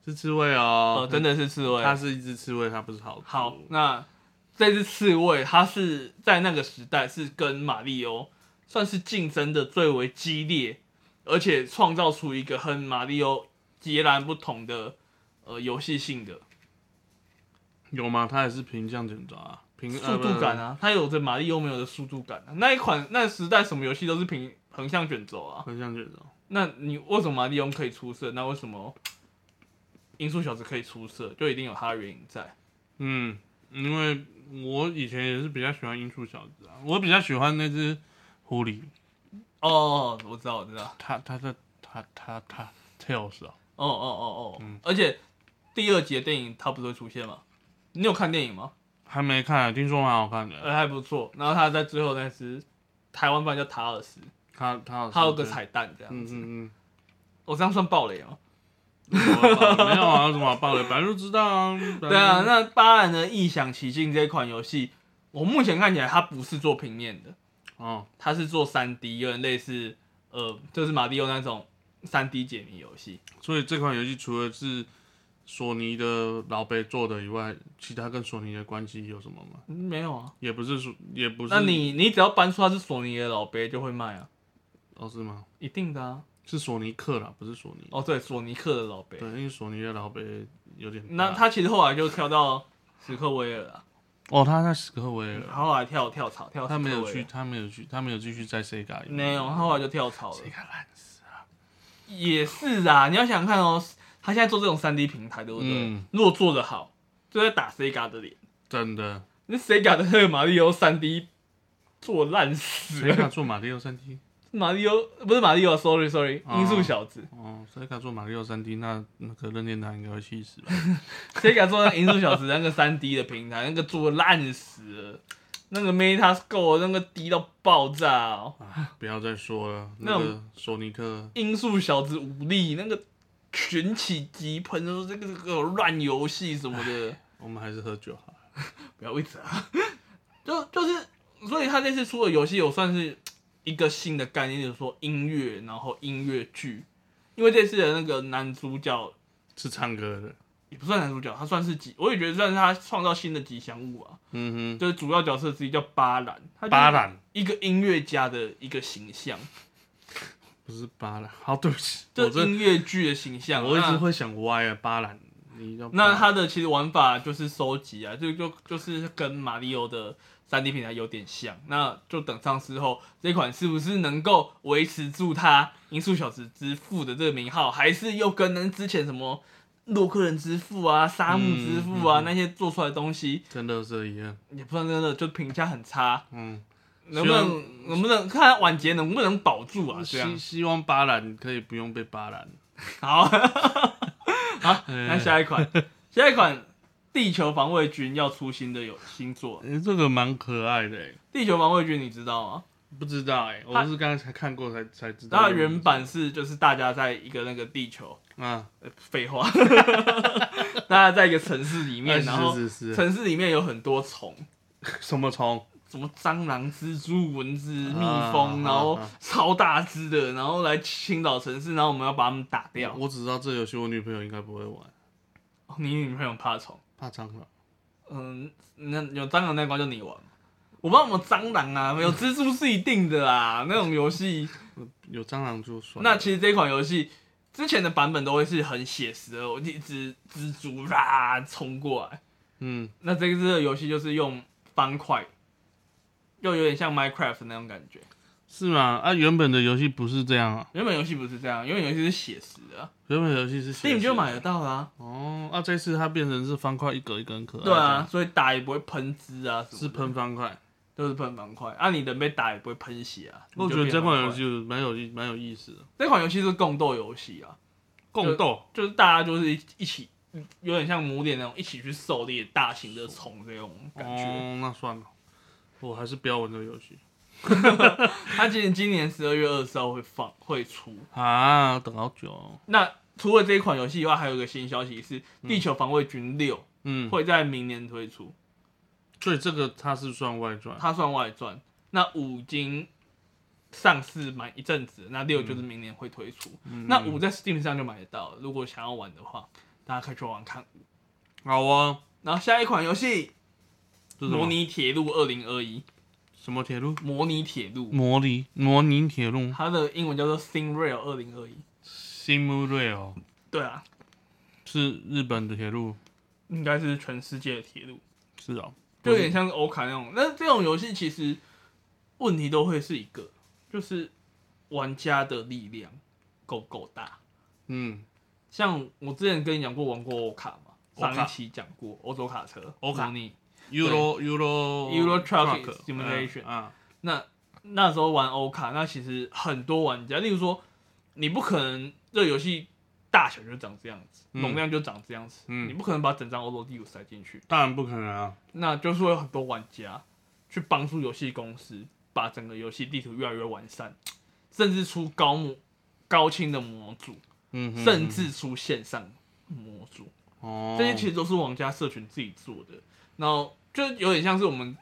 [SPEAKER 1] 是刺猬
[SPEAKER 2] 哦、
[SPEAKER 1] 哦，
[SPEAKER 2] 真的是刺猬。
[SPEAKER 1] 它是一只刺猬，它不是豪猪，
[SPEAKER 2] 好，那这只刺猬，它是在那个时代是跟马里奥算是竞争的最为激烈，而且创造出一个和马里奥截然不同的呃游戏性的
[SPEAKER 1] 有吗？它也是平降剪抓啊，平
[SPEAKER 2] 速度感，啊，它有着马里奥没有的速度感、啊。那一款那时代什么游戏都是平横向卷轴啊
[SPEAKER 1] 呃，横向卷轴，
[SPEAKER 2] 那你为什么马里奥可以出色？那为什么音速小子可以出色？就一定有它的原因在。
[SPEAKER 1] 嗯，因为我以前也是比较喜欢音速小子啊，我比较喜欢那只狐狸，
[SPEAKER 2] 哦，我知道，我知道。
[SPEAKER 1] 它它它它它它 tails 啊，
[SPEAKER 2] 哦哦哦哦，而且第二集的电影它不是会出现吗？你有看电影吗？
[SPEAKER 1] 还没看，啊听说蛮好看的。
[SPEAKER 2] 呃，还不错。然后他在最后那只台湾版叫塔尔斯，
[SPEAKER 1] 它它
[SPEAKER 2] 它有个
[SPEAKER 1] 彩，
[SPEAKER 2] 彩蛋这样
[SPEAKER 1] 嗯
[SPEAKER 2] 子。
[SPEAKER 1] 嗯嗯，
[SPEAKER 2] 我这样算暴雷吗？
[SPEAKER 1] 没有啊，有什么好爆的，本来就知道啊。本来就
[SPEAKER 2] 对啊，，那八人的《异想奇境》这款游戏，我目前看起来它不是做平面的，
[SPEAKER 1] 哦，
[SPEAKER 2] 它是做三 D，有点类似呃，就是马里奥那种三 D 解谜游戏。
[SPEAKER 1] 所以这款游戏除了是索尼的老辈做的以外，其他跟索尼的关系有什么吗？
[SPEAKER 2] 嗯没有啊，
[SPEAKER 1] 也不是索，也不是。
[SPEAKER 2] 那你你只要搬出它是索尼的老杯就会卖啊，
[SPEAKER 1] 哦是吗？
[SPEAKER 2] 一定的啊。
[SPEAKER 1] 是索尼克啦，不是索尼。
[SPEAKER 2] 哦，对，索尼克的老杯
[SPEAKER 1] 对，。因为索尼的老杯有点大。
[SPEAKER 2] 那他其实后来就跳到史克威尔了，
[SPEAKER 1] 哦，他在史克威尔，
[SPEAKER 2] 他后来跳跳槽，跳史
[SPEAKER 1] 他没有
[SPEAKER 2] 克威
[SPEAKER 1] 去，
[SPEAKER 2] 尔，
[SPEAKER 1] 他没有去，他没有继续在 Sega 里面。
[SPEAKER 2] 没有，他后来就跳槽了。
[SPEAKER 1] ，Sega 烂死了。
[SPEAKER 2] 也是啊，你要想想看哦，他现在做这种三 D 平台，对不对？
[SPEAKER 1] 嗯
[SPEAKER 2] 如果做得好，就在打 Sega 的脸。
[SPEAKER 1] 真的
[SPEAKER 2] 那 Sega 的那个马里奥三 D 做烂死了，
[SPEAKER 1] ，Sega 做马里奥三 D，
[SPEAKER 2] 马里奥不是马里奥，sorry sorry，
[SPEAKER 1] 哦
[SPEAKER 2] 音速小子。
[SPEAKER 1] 哦，Sega 做马里奥三 D，那那个任天堂应该会气死吧？
[SPEAKER 2] Sega 做那个《银鼠小时》那个三 D 的平台，那个做得烂死了，那个 Metascore 那个低到爆炸哦，
[SPEAKER 1] 啊 不要再说了，
[SPEAKER 2] 那
[SPEAKER 1] 那
[SPEAKER 2] 种
[SPEAKER 1] 个索尼克
[SPEAKER 2] 《音速小子》无力，那个群起急喷，说这个这个乱游戏什么的，
[SPEAKER 1] 我们还是喝酒好了。
[SPEAKER 2] 不要一直啊， 就就是，所以他这次出的游戏，有算是一个新的概念，就是说音乐，然后音乐剧，因为这次的那个男主角
[SPEAKER 1] 是唱歌的，
[SPEAKER 2] 也不算男主角，他算是吉，我也觉得算是他创造新的吉祥物啊。
[SPEAKER 1] 嗯
[SPEAKER 2] 就是主要角色之一叫巴兰，
[SPEAKER 1] 哼，
[SPEAKER 2] 他就是
[SPEAKER 1] 巴兰
[SPEAKER 2] 一个音乐家的一个形象，
[SPEAKER 1] 不是巴兰，好，对不起，
[SPEAKER 2] 就
[SPEAKER 1] 我这
[SPEAKER 2] 音乐剧的形象。
[SPEAKER 1] 我一直
[SPEAKER 2] 那
[SPEAKER 1] 会想歪啊，巴兰，你要
[SPEAKER 2] 那他的其实玩法就是收集啊，就就就是跟马里奥的三 D 平台有点像。那就等上市后，这款是不是能够维持住它《音速小子之父》的这个名号，还是又跟那之前什么洛克人之父啊、沙漠之父啊、
[SPEAKER 1] 嗯嗯嗯嗯
[SPEAKER 2] 那些做出来的东西，
[SPEAKER 1] 跟乐色一样，
[SPEAKER 2] 也不算真的就评价很差。
[SPEAKER 1] 嗯，
[SPEAKER 2] 能不能能不能看他晚节能不能保住啊？这
[SPEAKER 1] 希
[SPEAKER 2] 样
[SPEAKER 1] 希望巴兰可以不用被巴兰，
[SPEAKER 2] 好，
[SPEAKER 1] 啊
[SPEAKER 2] 好，
[SPEAKER 1] 嗯
[SPEAKER 2] 那下一款，下一款《地球防卫军》要出新的有新作，《
[SPEAKER 1] 诶哎这个蛮可爱的、欸，
[SPEAKER 2] 地球防卫军》你知道吗？
[SPEAKER 1] 不知道哎、我是刚才才看过才才知道。
[SPEAKER 2] 它的原版是就是大家在一个那个地球，
[SPEAKER 1] 啊，
[SPEAKER 2] 呃废话， 大家在一个城市里面，然后
[SPEAKER 1] 哎是是是
[SPEAKER 2] 城市里面有很多虫，
[SPEAKER 1] 什么虫？
[SPEAKER 2] 什么蟑螂、蜘蛛、蚊子、蜜
[SPEAKER 1] 啊
[SPEAKER 2] 蜂，然后
[SPEAKER 1] 啊
[SPEAKER 2] 超大只的，然后来侵扰城市，然后我们要把它们打掉。
[SPEAKER 1] 我只知道这游戏我女朋友应该不会玩，
[SPEAKER 2] 哦你女朋友怕虫？
[SPEAKER 1] 怕蟑螂。
[SPEAKER 2] 嗯，那有蟑螂那关就你玩。我不知道有没有蟑螂啊，有蜘蛛是一定的啦。那种游戏，
[SPEAKER 1] 有蟑螂就算了。
[SPEAKER 2] 那其实这款游戏之前的版本都会是很写实的，我一只蜘蛛啦冲过来。
[SPEAKER 1] 嗯，
[SPEAKER 2] 那这个游戏就是用方块，又有点像 Minecraft 那种感觉。
[SPEAKER 1] 是吗？啊，原本的游戏不是这样啊，
[SPEAKER 2] 原本游戏不是这样，原本游戏是写实的啊、
[SPEAKER 1] 原本游戏是
[SPEAKER 2] 所以
[SPEAKER 1] 写实
[SPEAKER 2] 你就买得到啦、
[SPEAKER 1] 哦。啊，这次它变成是方块一格一格很可爱。
[SPEAKER 2] 对啊，，所以打也不会喷汁啊什么的，
[SPEAKER 1] 是喷方块。
[SPEAKER 2] 都是喷方块。啊，你人被打也不会喷血啊。
[SPEAKER 1] 我
[SPEAKER 2] 你
[SPEAKER 1] 觉
[SPEAKER 2] 就
[SPEAKER 1] 得
[SPEAKER 2] 变
[SPEAKER 1] 这款
[SPEAKER 2] 方块
[SPEAKER 1] 游戏蛮有意蛮有意思的。哦
[SPEAKER 2] 这款游戏是共斗游戏啊，
[SPEAKER 1] 共斗，
[SPEAKER 2] 就是大家就是一一起，有点像母点那种一起去狩猎大型的虫这种感觉。
[SPEAKER 1] 哦，那算了，我还是不要玩这个游戏
[SPEAKER 2] 它今年今年十二月二十号会放会出。
[SPEAKER 1] 啊，等好久、哦，
[SPEAKER 2] 那除了这一款游戏以外，还有一个新消息是《地球防卫军六》
[SPEAKER 1] 嗯，
[SPEAKER 2] 会在明年推出，
[SPEAKER 1] 所以这个它是算外传，
[SPEAKER 2] 它算外传。那五已经上市满一阵子，那
[SPEAKER 1] 嗯
[SPEAKER 2] 六就是明年会推出。那五在 Steam 上就买得到，如果想要玩的话，大家可以去玩玩看。
[SPEAKER 1] 好啊，
[SPEAKER 2] 然后下一款游戏
[SPEAKER 1] 这是
[SPEAKER 2] 《
[SPEAKER 1] 什么
[SPEAKER 2] 模拟铁路二零二一》，
[SPEAKER 1] 什么铁路？
[SPEAKER 2] 模拟铁路，
[SPEAKER 1] 模拟模拟铁路
[SPEAKER 2] 它的英文叫做 Sim Rail 二零二一。
[SPEAKER 1] ，Sim Rail
[SPEAKER 2] 对啊，
[SPEAKER 1] 是日本的铁路，
[SPEAKER 2] 应该是全世界的铁路，
[SPEAKER 1] 是啊、
[SPEAKER 2] 就有点像是欧卡那种。那这种游戏其实问题都会是一个，就是玩家的力量够不够大。
[SPEAKER 1] 嗯，
[SPEAKER 2] 像我之前跟你讲过玩过欧卡嘛，
[SPEAKER 1] 欧卡
[SPEAKER 2] 上一期讲过欧洲卡车，
[SPEAKER 1] 欧卡
[SPEAKER 2] 模拟。
[SPEAKER 1] Euro Euro
[SPEAKER 2] Euro Truck
[SPEAKER 1] Truck，
[SPEAKER 2] Simulation
[SPEAKER 1] 嗯啊，
[SPEAKER 2] 那那时候玩欧卡，那其实很多玩家，例如说，你不可能这游戏大小就长这样子，
[SPEAKER 1] 嗯
[SPEAKER 2] 容量就长这样子，
[SPEAKER 1] 嗯
[SPEAKER 2] 你不可能把整张欧洲地图塞进去，
[SPEAKER 1] 当然不可能啊，
[SPEAKER 2] 那就是会有很多玩家去帮助游戏公司把整个游戏地图越来越完善，甚至出高模、高清的模组，
[SPEAKER 1] 嗯哼，
[SPEAKER 2] 甚至出线上模组，
[SPEAKER 1] 哦，
[SPEAKER 2] 这些其实都是玩家社群自己做的，然后就有点像是我们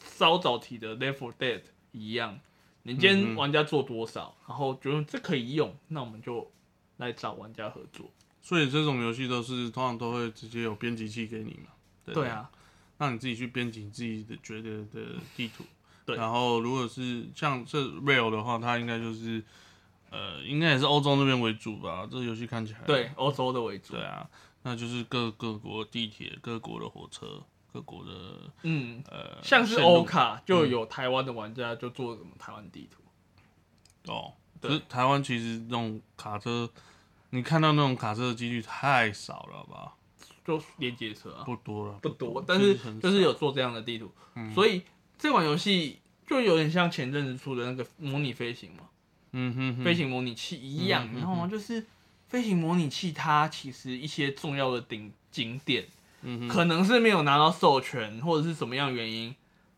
[SPEAKER 2] 稍早提的 Left 4 Dead 一样，你
[SPEAKER 1] 嗯
[SPEAKER 2] 今
[SPEAKER 1] 嗯
[SPEAKER 2] 天玩家做多少，然后觉得这可以用，那我们就来找玩家合作。
[SPEAKER 1] 所以这种游戏都是通常都会直接有编辑器给你嘛，对不对，
[SPEAKER 2] 对啊，
[SPEAKER 1] 让你自己去编辑自己的觉得的地图。
[SPEAKER 2] 对
[SPEAKER 1] 然后如果是像这 Rail 的话，它应该就是呃，应该也是欧洲那边为主吧。这游戏看起来
[SPEAKER 2] 对，欧洲的为主
[SPEAKER 1] 对。啊，那就是各各国地铁、各国的火车、各国的
[SPEAKER 2] 嗯，
[SPEAKER 1] 呃，
[SPEAKER 2] 像是
[SPEAKER 1] 线路
[SPEAKER 2] 欧卡
[SPEAKER 1] 嗯
[SPEAKER 2] 就有台湾的玩家就做什么台湾地图，
[SPEAKER 1] 哦。
[SPEAKER 2] 对
[SPEAKER 1] 可是台湾其实那种卡车，你看到那种卡车的几率太少了吧？
[SPEAKER 2] 就连接车啊，
[SPEAKER 1] 不多了，
[SPEAKER 2] 不多，
[SPEAKER 1] 其
[SPEAKER 2] 但是
[SPEAKER 1] 实嗯很
[SPEAKER 2] 就是
[SPEAKER 1] 少嗯
[SPEAKER 2] 有做这样的地图，所以这款游戏就有点像前阵子出的那个模拟飞行嘛。
[SPEAKER 1] 嗯哼哼
[SPEAKER 2] 飞行模拟器一
[SPEAKER 1] 嗯
[SPEAKER 2] 样，
[SPEAKER 1] 嗯嗯
[SPEAKER 2] 你知道吗？就是飞行模拟器，它其实一些重要的顶景点，
[SPEAKER 1] 嗯哼
[SPEAKER 2] 可能是没有拿到授权，或者是什么样的原因。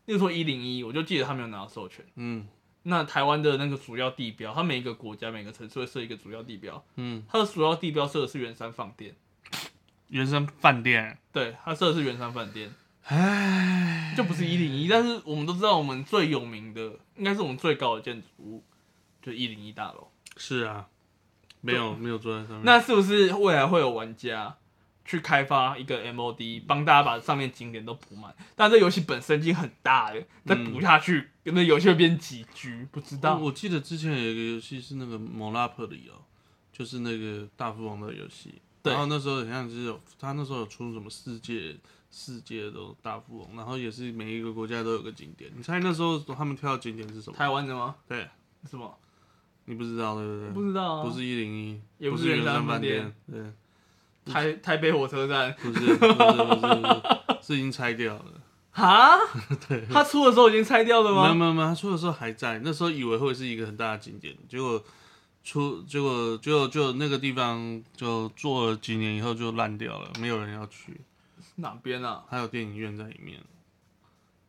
[SPEAKER 2] 例如说一零一，我就记得他没有拿到授权。
[SPEAKER 1] 嗯
[SPEAKER 2] 那台湾的那个主要地标，它每一个国家、每个城市会设一个主要地标，
[SPEAKER 1] 嗯，
[SPEAKER 2] 它的主要地标设的是圆山饭店，
[SPEAKER 1] 原生饭店，
[SPEAKER 2] 对，它设的是圆山饭店，
[SPEAKER 1] 唉。
[SPEAKER 2] 就不是一零一。但是我们都知道，我们最有名的应该是我们最高的建筑物，就一零一大楼。
[SPEAKER 1] 是啊，没有没有坐在上面。
[SPEAKER 2] 那是不是未来会有玩家去开发一个 MOD，帮大家把上面景点都补满？但这游戏本身已经很大了，再补下去，那游戏会变几 G？不知
[SPEAKER 1] 但
[SPEAKER 2] 道。
[SPEAKER 1] 我记得之前有一个游戏是那个《蒙拉普里》哦，就是那个大富翁的游戏。
[SPEAKER 2] 对
[SPEAKER 1] 然后那时候好像是有他那时候有出什么世界世界的大富翁，然后也是每一个国家都有个景点。你猜那时候他们挑的景点是什么？
[SPEAKER 2] 台湾的吗？
[SPEAKER 1] 对，
[SPEAKER 2] 什么？
[SPEAKER 1] 你不知道对不对？
[SPEAKER 2] 不知道啊。
[SPEAKER 1] 不是一零一，
[SPEAKER 2] 也不
[SPEAKER 1] 不
[SPEAKER 2] 是
[SPEAKER 1] 圆
[SPEAKER 2] 圆山
[SPEAKER 1] 山
[SPEAKER 2] 饭
[SPEAKER 1] 饭
[SPEAKER 2] 店，
[SPEAKER 1] 对，
[SPEAKER 2] 台台北火车站
[SPEAKER 1] 不是不是不是不是，是已经拆掉 了。
[SPEAKER 2] 哈？对，它出的时候已经拆掉了
[SPEAKER 1] 没有
[SPEAKER 2] 吗？
[SPEAKER 1] 没有没有，他出的时候还在，那时候以为会是一个很大的景点，结果出结果就就那个地方就做了几年以后就烂掉了，没有人要去，
[SPEAKER 2] 哪边啊？
[SPEAKER 1] 还有电影院在里面，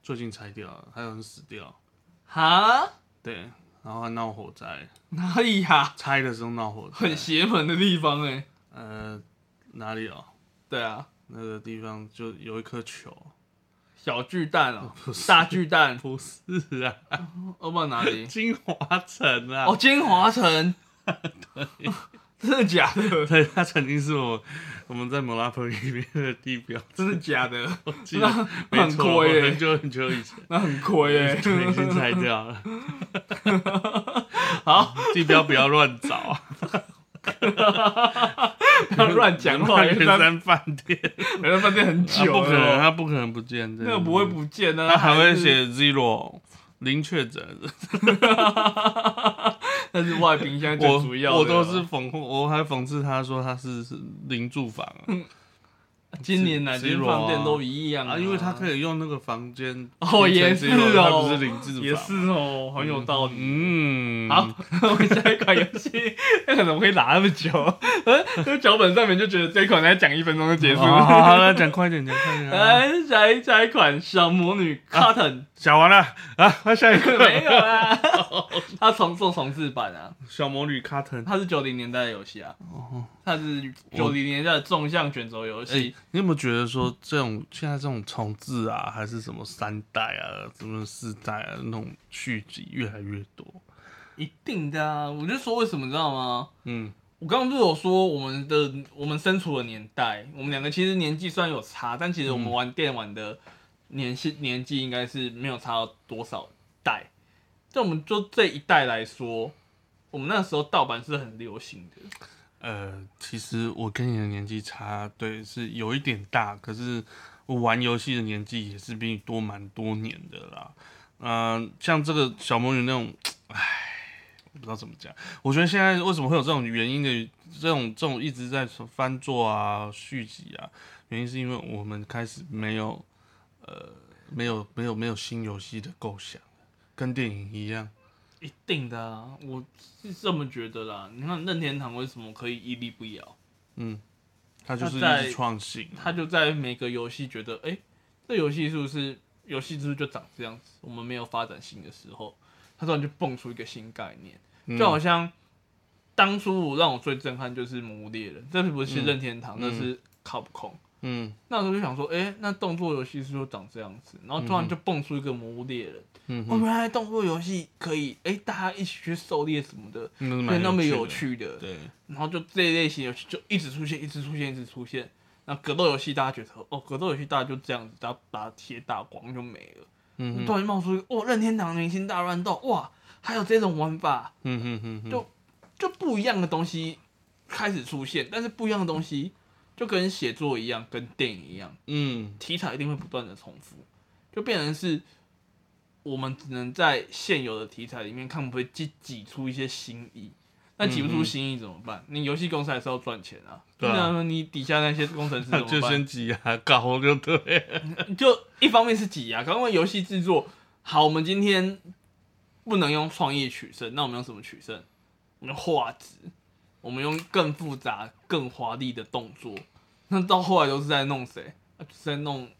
[SPEAKER 1] 最近拆掉了，还有人死掉，
[SPEAKER 2] 哈？
[SPEAKER 1] 对，然后还闹火灾，
[SPEAKER 2] 哪里呀、
[SPEAKER 1] 拆的时候闹火
[SPEAKER 2] 很
[SPEAKER 1] 灾，
[SPEAKER 2] 邪门的地方哎、
[SPEAKER 1] 呃，哪里哦？
[SPEAKER 2] 对啊，
[SPEAKER 1] 那个地方就有一颗球，
[SPEAKER 2] 小巨蛋哦，
[SPEAKER 1] 不是
[SPEAKER 2] 大巨蛋，
[SPEAKER 1] 不是啊，
[SPEAKER 2] 哦不然哪 里？
[SPEAKER 1] 金华城啊，
[SPEAKER 2] 哦，金华城。 真的假的？
[SPEAKER 1] 对，它曾经是我我们在摩拉坡里面的地标。
[SPEAKER 2] 真的假的？
[SPEAKER 1] 记得没
[SPEAKER 2] 很
[SPEAKER 1] 错，
[SPEAKER 2] 亏耶
[SPEAKER 1] 很久很久以前，
[SPEAKER 2] 那很亏 哎、
[SPEAKER 1] 对，已经拆掉了。好，地标不要乱找，啊
[SPEAKER 2] 不要 乱 讲话，
[SPEAKER 1] 圆
[SPEAKER 2] 原来
[SPEAKER 1] 山饭店，
[SPEAKER 2] 原来饭店很
[SPEAKER 1] 他
[SPEAKER 2] 久
[SPEAKER 1] 不可能，
[SPEAKER 2] 了，
[SPEAKER 1] 他不可能不见，
[SPEAKER 2] 那个不会，不见的，
[SPEAKER 1] 他还会
[SPEAKER 2] 是，
[SPEAKER 1] 写 zero 零确诊，
[SPEAKER 2] 那是外冰箱最
[SPEAKER 1] 我
[SPEAKER 2] 主要的嗯
[SPEAKER 1] 我都是讽，我还讽刺他说他是是零住房啊，
[SPEAKER 2] 今年哪
[SPEAKER 1] C-
[SPEAKER 2] 间
[SPEAKER 1] Zero
[SPEAKER 2] 饭店
[SPEAKER 1] 啊
[SPEAKER 2] 都一样
[SPEAKER 1] 啊，因为他
[SPEAKER 2] 以
[SPEAKER 1] 可以用那个房间
[SPEAKER 2] 哦
[SPEAKER 1] 变
[SPEAKER 2] 也
[SPEAKER 1] 成
[SPEAKER 2] 是
[SPEAKER 1] zero，
[SPEAKER 2] 哦，
[SPEAKER 1] 它不是零字法
[SPEAKER 2] 也是哦，很有道理。
[SPEAKER 1] 嗯，
[SPEAKER 2] 好， 我们下一款游戏，那可能会打那么久， 就脚本上面就觉得这一款才讲一分钟就结束哎
[SPEAKER 1] 好哦好好，
[SPEAKER 2] 了。
[SPEAKER 1] 那讲快点，讲快点 啊，
[SPEAKER 2] 来，下一下一款小魔女 Cotton、
[SPEAKER 1] 讲完了啊，那下一个
[SPEAKER 2] 没有啊啦， 它重做重制版啊，
[SPEAKER 1] 小魔女卡腾，
[SPEAKER 2] 它是九零年代的游戏啊，它是九零年代的纵向卷轴游
[SPEAKER 1] 哎、
[SPEAKER 2] 戏，
[SPEAKER 1] 你有没有觉得说这种现在这种重置啊，还是什么三代啊，什么四代啊，那种续集越来越多？
[SPEAKER 2] 一定的啊，我就说为什么你知道吗？
[SPEAKER 1] 嗯，
[SPEAKER 2] 我刚刚不是有说我们的我们身处的年代，我们两个其实年纪虽然有差，但其实我们玩电玩的年纪年纪应该是没有差到多少代。但我们就这一代来说，我们那时候盗版是很流行的。
[SPEAKER 1] 呃，其实我跟你的年纪差，对，是有一点大，可是我玩游戏的年纪也是比你多蛮多年的啦。嗯、像这个小魔女那种，唉，我不知道怎么讲。我觉得现在为什么会有这种原因的，这种这种一直在翻做啊、续集啊，原因是因为我们开始没有，呃，没有没有没有新游戏的构想，跟电影一样。
[SPEAKER 2] 一定的啊，我是这么觉得啦。你看任天堂为什么可以屹立不摇？
[SPEAKER 1] 嗯，它就是
[SPEAKER 2] 它
[SPEAKER 1] 一
[SPEAKER 2] 在
[SPEAKER 1] 直创新。
[SPEAKER 2] 他就在每个游戏觉得，哎、这游戏是不是游戏是不是就长这样子？我们没有发展新的时候，他突然就蹦出一个新概念。
[SPEAKER 1] 嗯
[SPEAKER 2] 就好像当初让我最震撼就是《魔物猎人》，这不是任天堂，
[SPEAKER 1] 嗯
[SPEAKER 2] 那是靠不空。
[SPEAKER 1] 嗯
[SPEAKER 2] 那时候就想说，哎、那动作游戏是不是长这样子？然后突然就蹦出一个《魔物猎人》
[SPEAKER 1] 嗯
[SPEAKER 2] 哦，
[SPEAKER 1] 哼，
[SPEAKER 2] 原来动作游戏可以，哎、大家一起去狩猎什么的，
[SPEAKER 1] 那
[SPEAKER 2] 对，
[SPEAKER 1] 蛮
[SPEAKER 2] 那么有
[SPEAKER 1] 有的。
[SPEAKER 2] 趣的。
[SPEAKER 1] 对，
[SPEAKER 2] 然后就这一类型游戏就一直出现，一直出现，一直出现。那格斗游戏大家觉得，哦，格斗游戏大家就这样子，大家把它贴打光就没了。
[SPEAKER 1] 嗯
[SPEAKER 2] 突
[SPEAKER 1] 哼，
[SPEAKER 2] 然就冒出一个，哦，任天堂明星大乱斗，哇，还有这种玩法，
[SPEAKER 1] 嗯哼哼哼，
[SPEAKER 2] 就就不一样的东西开始出现，但是不一样的东西就跟写作一样，跟电影一样，
[SPEAKER 1] 嗯
[SPEAKER 2] 题材一定会不断的重复，就变成是我们只能在现有的题材里面看会不会挤挤出一些新意。那挤不
[SPEAKER 1] 嗯
[SPEAKER 2] 出
[SPEAKER 1] 哼
[SPEAKER 2] 新意怎么办？你游戏公司还是要赚钱啊。
[SPEAKER 1] 对啊
[SPEAKER 2] 那你底下那些工程师怎
[SPEAKER 1] 那
[SPEAKER 2] 么 办？
[SPEAKER 1] 就先挤牙膏就对了。
[SPEAKER 2] 就一方面是挤压，刚刚游戏制作好，我们今天不能用创意取胜，那我们用什么取胜？我们用画质，我们用更复杂、更华丽的动作。那到后来都是在弄谁？啊就是在弄，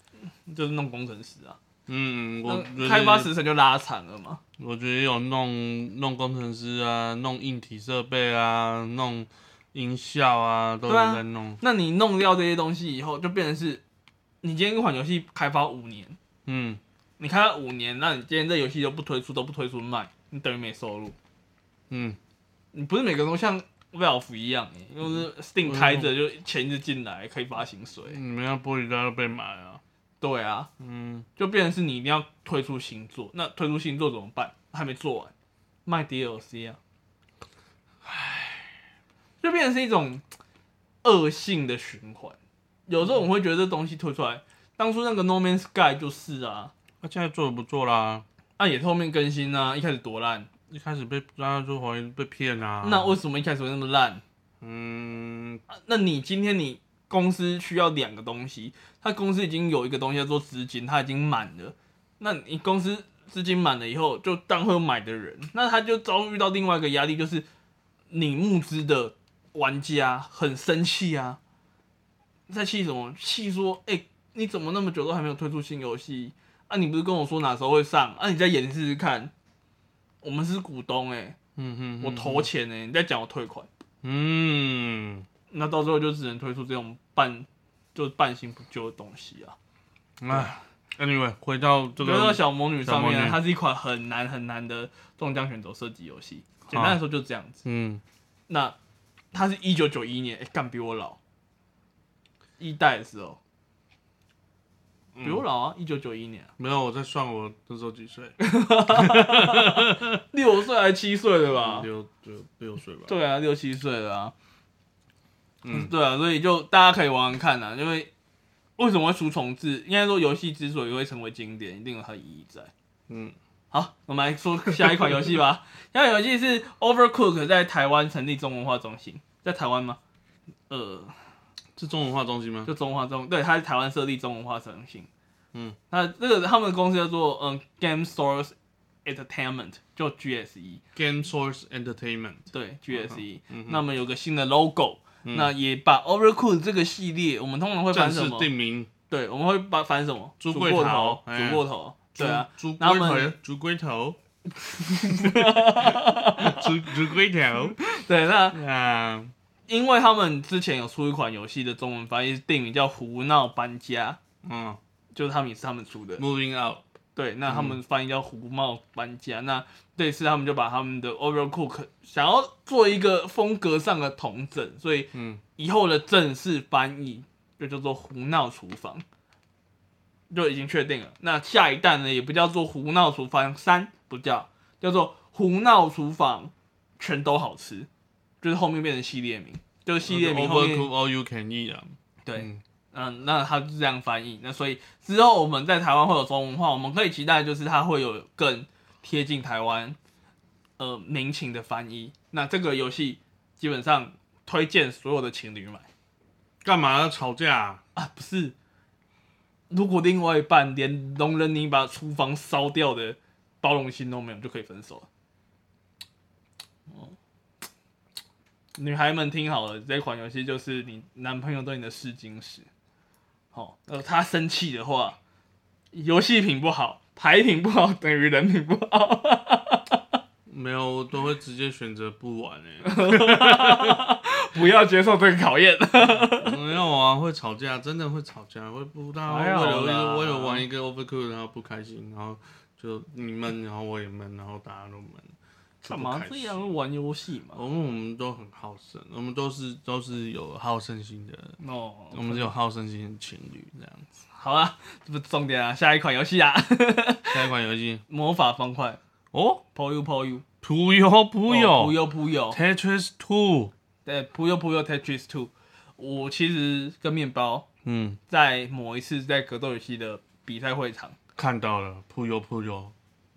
[SPEAKER 2] 就是弄工程师啊。
[SPEAKER 1] 嗯，我觉
[SPEAKER 2] 那
[SPEAKER 1] 得
[SPEAKER 2] 开发时程就拉长了嘛。
[SPEAKER 1] 我觉得有弄弄工程师啊，弄硬体设备啊，弄音效啊，都有
[SPEAKER 2] 对啊
[SPEAKER 1] 在弄。
[SPEAKER 2] 那你弄掉这些东西以后，就变成是，你今天一款游戏开发五年，
[SPEAKER 1] 嗯，
[SPEAKER 2] 你开发五年，那你今天这游戏都不推出，都不推出卖，你等于没收入。
[SPEAKER 1] 嗯，
[SPEAKER 2] 你不是每个都像 Valve 一样、欸，就是 Steam 开着就钱一直进来，可以发薪水。
[SPEAKER 1] 你们要玻璃渣都被买啊。
[SPEAKER 2] 对啊，
[SPEAKER 1] 嗯，
[SPEAKER 2] 就变成是你一定要推出新作，那推出新作怎么办？还没做完，卖 DLC 啊，唉，就变成是一种恶性的循环。有时候我们会觉得这东西推出来，当初那个 No Man's Sky 就是啊，
[SPEAKER 1] 那、现在做的不错啦，
[SPEAKER 2] 那、也是后面更新啊，一开始多烂，
[SPEAKER 1] 一开始被大家就怀疑被骗啊。
[SPEAKER 2] 那为什么一开始会那么烂？
[SPEAKER 1] 嗯
[SPEAKER 2] 啊那你今天你公司需要两个东西，他公司已经有一个东西叫做资金，他已经满了，那你公司资金满了以后，就当会有买的人，那他就遭遇到另外一个压力，就是你募资的玩家很生气啊，在气什么？气说，哎、你怎么那么久都还没有推出新游戏？啊，你不是跟我说哪时候会上？啊，你再演试试看。我们是股东哎、
[SPEAKER 1] 嗯嗯，
[SPEAKER 2] 我投钱哎、你再讲我退款。
[SPEAKER 1] 嗯，
[SPEAKER 2] 那到最后就只能推出这种半就是半新不旧的东西啊。
[SPEAKER 1] 哎，anyway，回到这
[SPEAKER 2] 比如说
[SPEAKER 1] 个，
[SPEAKER 2] 小魔女上面
[SPEAKER 1] 小魔
[SPEAKER 2] 啊，
[SPEAKER 1] 女
[SPEAKER 2] 它是一款很难很难的中将选择射击游戏。简单的说就这样子。
[SPEAKER 1] 嗯
[SPEAKER 2] 那它是一九九一年，哎、干比我老，一代的时候，比我老啊，一九九一年、啊，
[SPEAKER 1] 没有我在算我那时候几 岁，
[SPEAKER 2] 六岁还七岁的吧？
[SPEAKER 1] 六六六岁吧。
[SPEAKER 2] 对啊，六七岁了啊。
[SPEAKER 1] 嗯
[SPEAKER 2] 对啊，所以就大家可以玩玩看啊，因为为什么会出重置？应该说游戏之所以会成为经典，一定有它的意义在。
[SPEAKER 1] 嗯，
[SPEAKER 2] 好，我们来说下一款游 戏吧。下一款游戏是 Overcook 在台湾成立中文化中心，在台湾吗？呃，
[SPEAKER 1] 这是中文化中心吗？
[SPEAKER 2] 就中华中，对，它是台湾设立中文化中心。
[SPEAKER 1] 嗯，
[SPEAKER 2] 那这个他们的公司叫做嗯 Game Source Entertainment，就 GSE，
[SPEAKER 1] Game Source Entertainment。
[SPEAKER 2] 对 GSE、
[SPEAKER 1] 嗯哼
[SPEAKER 2] 那么有个新的 logo，、
[SPEAKER 1] 嗯
[SPEAKER 2] 那也把 Overcooked 这个系列，我们通常会翻
[SPEAKER 1] 正
[SPEAKER 2] 什
[SPEAKER 1] 式
[SPEAKER 2] 么？
[SPEAKER 1] 定名，
[SPEAKER 2] 对，我们会把翻什么？
[SPEAKER 1] 猪
[SPEAKER 2] 煮
[SPEAKER 1] 桂
[SPEAKER 2] 过
[SPEAKER 1] 桃
[SPEAKER 2] 头，
[SPEAKER 1] 哎
[SPEAKER 2] 煮过头，对啊，
[SPEAKER 1] 猪，猪
[SPEAKER 2] 然后
[SPEAKER 1] 龟
[SPEAKER 2] 他
[SPEAKER 1] 头
[SPEAKER 2] 们，
[SPEAKER 1] 猪龟头， 猪猪龟头
[SPEAKER 2] 对，那
[SPEAKER 1] 啊，
[SPEAKER 2] 因为他们之前有出一款游戏的中文翻译电影叫《胡闹搬家
[SPEAKER 1] 嗯》，
[SPEAKER 2] 就是他们也是他们出的。
[SPEAKER 1] ，Moving Out，
[SPEAKER 2] 对，那他们翻译叫《胡闹搬家》。那这次他们就把他们的 Overcook 想要做一个风格上的统整，所以
[SPEAKER 1] 嗯，
[SPEAKER 2] 以后的正式翻译就叫做《胡闹厨房》，就已经确定了。那下一代呢，也不叫做《胡闹厨房三》，不叫，叫做《胡闹厨房全都好吃》，就是后面变成系列名，就是系列名后
[SPEAKER 1] Overcook
[SPEAKER 2] 面
[SPEAKER 1] All You Can Eat 啊，
[SPEAKER 2] 对。
[SPEAKER 1] 嗯
[SPEAKER 2] 嗯，那他就是这样翻译。那所以之后我们在台湾会有中文化，我们可以期待就是它会有更贴近台湾呃民情的翻译。那这个游戏基本上推荐所有的情侣买
[SPEAKER 1] 干嘛要吵架啊？
[SPEAKER 2] 啊，不是？如果另外一半连容忍你把厨房烧掉的包容心都没有，就可以分手了。哦，女孩们听好了，这款游戏就是你男朋友对你的试金石。好、呃，他生气的话，游戏品不好，牌品不好等于人品不好。
[SPEAKER 1] 没有，我都会直接选择不玩欸诶、
[SPEAKER 2] 不要接受这个考验。
[SPEAKER 1] 没有啊，会吵架，真的会吵架，会不大家
[SPEAKER 2] 还好
[SPEAKER 1] 会为了为
[SPEAKER 2] 啦
[SPEAKER 1] 了为了玩一个 Overcook 然后不开心，然后就你闷，然后我也闷，然后大家都闷，就
[SPEAKER 2] 干
[SPEAKER 1] 不
[SPEAKER 2] 嘛
[SPEAKER 1] 开
[SPEAKER 2] 这
[SPEAKER 1] 心
[SPEAKER 2] 样玩游戏嘛？
[SPEAKER 1] 我们我们都很好胜，我们都是都是有好胜心的，
[SPEAKER 2] 哦，
[SPEAKER 1] 我们是有好胜心的情侣这样。
[SPEAKER 2] 好啊，这不是重点啊，下一款游戏啊，
[SPEAKER 1] 下一款游戏
[SPEAKER 2] 魔法方块。
[SPEAKER 1] 哦，
[SPEAKER 2] p o y u p o y u
[SPEAKER 1] 扑友扑
[SPEAKER 2] 扑
[SPEAKER 1] 友
[SPEAKER 2] 悠扑悠，
[SPEAKER 1] Tetris Two，
[SPEAKER 2] 对，扑悠扑悠 Tetris Two。我其实跟面包
[SPEAKER 1] 嗯，
[SPEAKER 2] 在某一次在格斗游戏的比赛会场，
[SPEAKER 1] 看到了扑友扑友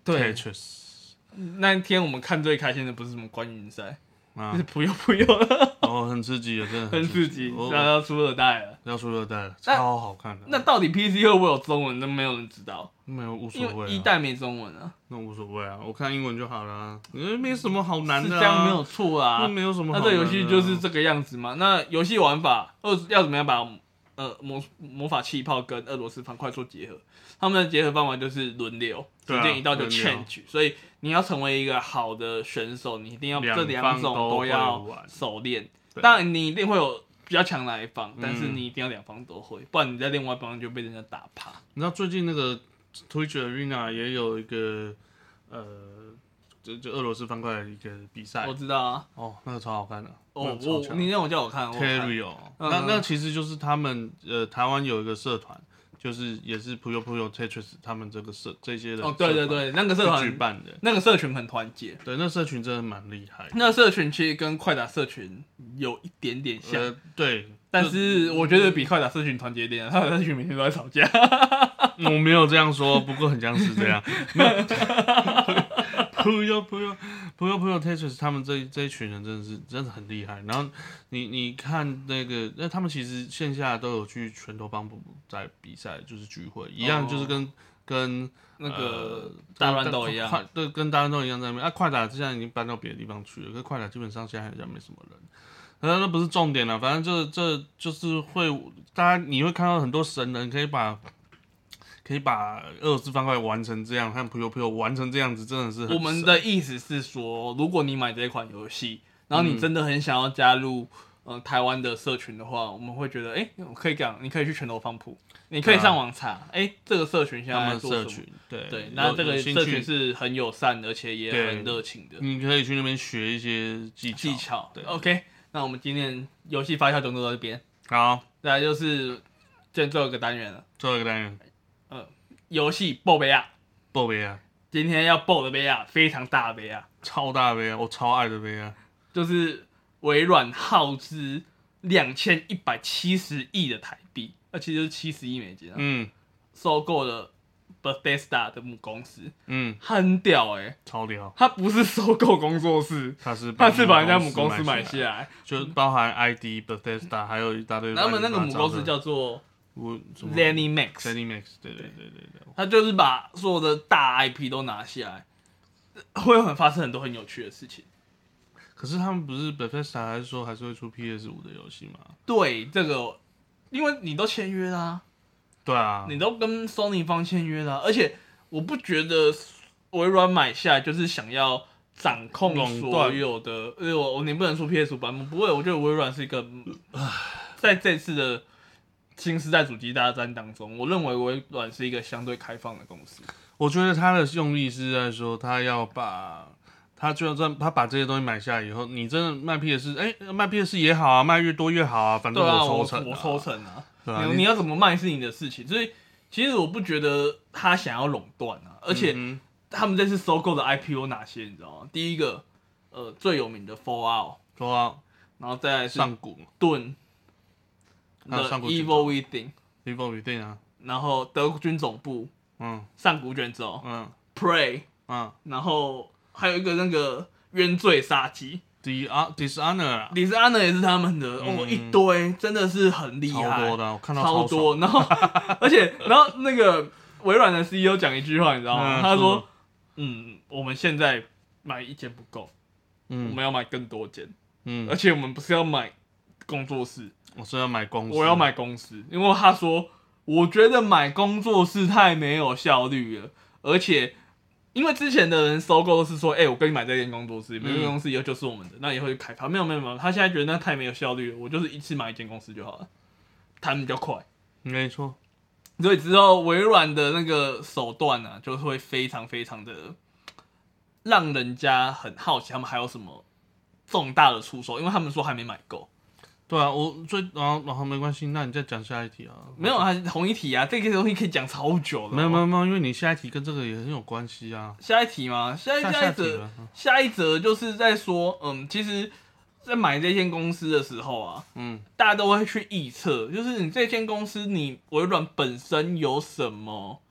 [SPEAKER 2] 对，
[SPEAKER 1] Tetris
[SPEAKER 2] 那一天我们看最开心的不是什么关云赛，
[SPEAKER 1] 啊
[SPEAKER 2] 就是，扑悠扑悠，
[SPEAKER 1] 哦，很刺激啊，真的
[SPEAKER 2] 很刺激，
[SPEAKER 1] 我
[SPEAKER 2] 然后出二代了。
[SPEAKER 1] 要出热带了，
[SPEAKER 2] 那
[SPEAKER 1] 超好看的。
[SPEAKER 2] 那到底 PC 会不会有中文？都没有人知道，
[SPEAKER 1] 没有无所
[SPEAKER 2] 因为
[SPEAKER 1] 谓
[SPEAKER 2] 一
[SPEAKER 1] 啊，
[SPEAKER 2] 代没中文啊，
[SPEAKER 1] 那无所谓啊，我看英文就好了啊，因为没什么好难
[SPEAKER 2] 是
[SPEAKER 1] 的
[SPEAKER 2] 这
[SPEAKER 1] 啊，
[SPEAKER 2] 样没有错啊。
[SPEAKER 1] 那没有什么
[SPEAKER 2] 那
[SPEAKER 1] 好难的
[SPEAKER 2] 这
[SPEAKER 1] 啊。
[SPEAKER 2] 游戏就是这个样子嘛？那游戏玩法，呃，要怎么样把呃魔魔法气泡跟俄罗斯方块做结合？他们的结合方法就是轮流，
[SPEAKER 1] 对
[SPEAKER 2] 时
[SPEAKER 1] 啊
[SPEAKER 2] 间一到就
[SPEAKER 1] 轮流
[SPEAKER 2] change。所以你要成为一个好的选手，你一定要
[SPEAKER 1] 两
[SPEAKER 2] 这两种
[SPEAKER 1] 方都会
[SPEAKER 2] 要
[SPEAKER 1] 玩
[SPEAKER 2] 熟练。
[SPEAKER 1] 对
[SPEAKER 2] 当然你一定会有比较强哪一方，但是
[SPEAKER 1] 嗯
[SPEAKER 2] 你一定要两方都会，不然你在另外一方就被人家打趴。
[SPEAKER 1] 你知道最近那个 Twitch Arena 也有一个呃，就就俄罗斯方块的一个比赛
[SPEAKER 2] 我知道啊，
[SPEAKER 1] 哦，那个超好看的，那
[SPEAKER 2] 哦，
[SPEAKER 1] 个超
[SPEAKER 2] 我
[SPEAKER 1] 强
[SPEAKER 2] 你让我叫我看，我有看
[SPEAKER 1] Terrio，
[SPEAKER 2] 嗯
[SPEAKER 1] 那
[SPEAKER 2] 嗯
[SPEAKER 1] 那其实就是他们呃台湾有一个社团，就是也是 Puyo Puyo Tetris 他们这个社这些人
[SPEAKER 2] 哦，对对对，那个社
[SPEAKER 1] 社团去举
[SPEAKER 2] 团
[SPEAKER 1] 办的，
[SPEAKER 2] 那个社群很团结。
[SPEAKER 1] 对，那社群真的蛮厉害的。
[SPEAKER 2] 那社群其实跟快打社群有一点点像，
[SPEAKER 1] 呃，嗯对，
[SPEAKER 2] 但是我觉得比快打社群团结一点啊。 快打社群每天都在吵架，
[SPEAKER 1] 我没有这样说，不过很像是这样。不要不要不要不要 Tetris，他们这这一群人真的是真的很厉害。然后你你看那个，那他们其实线下都有去拳头帮补在比赛，就是聚会一样，就是跟、跟
[SPEAKER 2] 那个
[SPEAKER 1] 呃
[SPEAKER 2] 大乱斗一样。
[SPEAKER 1] 快对，跟大乱斗一样在那边。啊，快打现在已经搬到别的地方去了，可快打基本上现在好像没什么人。呃，那不是重点了，反正这这就是会，大家你会看到很多神人可以把可以把俄罗斯方块玩成这样，和朋友朋友玩成这样子，真的是很
[SPEAKER 2] 呃我们
[SPEAKER 1] 神
[SPEAKER 2] 的意思是说，如果你买这款游戏，然后
[SPEAKER 1] 嗯
[SPEAKER 2] 你真的很想要加入。呃，台湾的社群的话，我们会觉得，哎、我可以讲，你可以去拳头放铺，你可以
[SPEAKER 1] 对啊
[SPEAKER 2] 上网查，哎、这个社群现
[SPEAKER 1] 他
[SPEAKER 2] 在在
[SPEAKER 1] 们
[SPEAKER 2] 做什
[SPEAKER 1] 社
[SPEAKER 2] 么？
[SPEAKER 1] 群对
[SPEAKER 2] 对
[SPEAKER 1] 有，
[SPEAKER 2] 那这个
[SPEAKER 1] 有兴
[SPEAKER 2] 社群
[SPEAKER 1] 趣
[SPEAKER 2] 是很友善，而且也
[SPEAKER 1] 对
[SPEAKER 2] 很热情的。
[SPEAKER 1] 你可以去那边学一些技巧。
[SPEAKER 2] 技巧。
[SPEAKER 1] 对
[SPEAKER 2] OK，那我们今天游戏发酵就到这边，
[SPEAKER 1] 好，
[SPEAKER 2] 再来就是这最后一个单元了，
[SPEAKER 1] 最后一个单元，
[SPEAKER 2] 游戏爆杯啊！
[SPEAKER 1] 爆杯啊，
[SPEAKER 2] 今天要爆的杯啊，非常大的杯啊，
[SPEAKER 1] 超大杯啊，我超爱的杯啊，
[SPEAKER 2] 就是微软耗资两千呃一百七十亿的台币，那其实就是七十亿美金啊，
[SPEAKER 1] 嗯，
[SPEAKER 2] 收购了 Bethesda 的母公司，
[SPEAKER 1] 嗯，
[SPEAKER 2] 它很屌哎、
[SPEAKER 1] 超屌，
[SPEAKER 2] 它不是收购工作室，
[SPEAKER 1] 他是
[SPEAKER 2] 它是把人家母公司买
[SPEAKER 1] 买
[SPEAKER 2] 下来，
[SPEAKER 1] 就包含 ID、Bethesda，还有一大堆。
[SPEAKER 2] 然后他们那个母公司叫做
[SPEAKER 1] 我什么
[SPEAKER 2] Lenny Max，
[SPEAKER 1] Lenny Max，对对对对对，
[SPEAKER 2] 他就是把所有的大 IP 都拿下来，会很发生很多很有趣的事情。
[SPEAKER 1] 可是他们不是 Bethesda 还是说还是会出 PS 五的游戏吗？
[SPEAKER 2] 对这个，因为你都签约啦、
[SPEAKER 1] 对啊，
[SPEAKER 2] 你都跟 Sony 方签约啦、而且我不觉得微软买下就是想要掌控
[SPEAKER 1] 垄断
[SPEAKER 2] 所有的，呃，我我你不能说 PS 五版本不会，我觉得微软是一个，在这次的新时代主机大战当中，我认为微软是一个相对开放的公司。
[SPEAKER 1] 我觉得他的用意是在说，他要把他就算他把这些东西买下来以后，你真的卖 PS，哎、卖 PS 也好啊，卖越多越好啊，反
[SPEAKER 2] 对
[SPEAKER 1] 正
[SPEAKER 2] 啊，
[SPEAKER 1] 抽
[SPEAKER 2] 我
[SPEAKER 1] 成、
[SPEAKER 2] 我抽，成啊。
[SPEAKER 1] 对啊，
[SPEAKER 2] 你你要怎么卖是你的事情，所以其实我不觉得他想要垄断啊，而且
[SPEAKER 1] 嗯
[SPEAKER 2] 他们这次收购的 IP 有哪些，你知道吗？第一个，呃，最有名的 Fallout，
[SPEAKER 1] 哼说啊
[SPEAKER 2] 然后再来是
[SPEAKER 1] 上古
[SPEAKER 2] 盾
[SPEAKER 1] 还有
[SPEAKER 2] 的
[SPEAKER 1] 上古卷
[SPEAKER 2] Evil Within，
[SPEAKER 1] e v o 一定啊，
[SPEAKER 2] 然后德军总部
[SPEAKER 1] 嗯
[SPEAKER 2] 上古卷轴
[SPEAKER 1] 嗯
[SPEAKER 2] Prey，
[SPEAKER 1] 嗯
[SPEAKER 2] 然后还有一个那个冤罪杀机
[SPEAKER 1] ，Dis Dishonor 啊，
[SPEAKER 2] 李 i s h o n 也是他们的，哦，
[SPEAKER 1] 嗯
[SPEAKER 2] 一堆真的是很厉害，
[SPEAKER 1] 超多的啊，我看到
[SPEAKER 2] 超
[SPEAKER 1] 爽
[SPEAKER 2] 多，然后 而且然后那个微软的 CEO 讲一句话，你知道吗？
[SPEAKER 1] 嗯
[SPEAKER 2] 他
[SPEAKER 1] 说
[SPEAKER 2] 说：“嗯，我们现在买一间不够，我
[SPEAKER 1] 嗯
[SPEAKER 2] 们要买更多间，而
[SPEAKER 1] 嗯，
[SPEAKER 2] 且我们不是要买工作室，
[SPEAKER 1] 我是要买公司，
[SPEAKER 2] 我要，买公司，因为他说我觉得买工作室太没有效率了，而且。”因为之前的人收购是说，哎、我跟你买这间工作室，每个
[SPEAKER 1] 嗯
[SPEAKER 2] 公司以后就是我们的，那以后就开发。没有没有没有，他现在觉得那太没有效率了，我就是一次买一间公司就好了，谈比较快。
[SPEAKER 1] 没错，
[SPEAKER 2] 所以之后微软的那个手段呢、啊，就是会非常非常的让人家很好奇，他们还有什么重大的出手，因为他们说还没买够。
[SPEAKER 1] 对啊，我最然后然后没关系，那你再讲下一题啊，
[SPEAKER 2] 没有啊，同一题啊，这个东西可以讲超久的。
[SPEAKER 1] 没有没有，没有，因为你下一题跟这个也很有关系啊，
[SPEAKER 2] 下一题吗？下一
[SPEAKER 1] 下
[SPEAKER 2] 下
[SPEAKER 1] 下
[SPEAKER 2] 一
[SPEAKER 1] 题
[SPEAKER 2] 则
[SPEAKER 1] 了，
[SPEAKER 2] 下一则就是在说，嗯，其实，在买这间公司的时候啊，
[SPEAKER 1] 嗯
[SPEAKER 2] 大家都会去臆测，就是你这间公司，你微软本身有什么，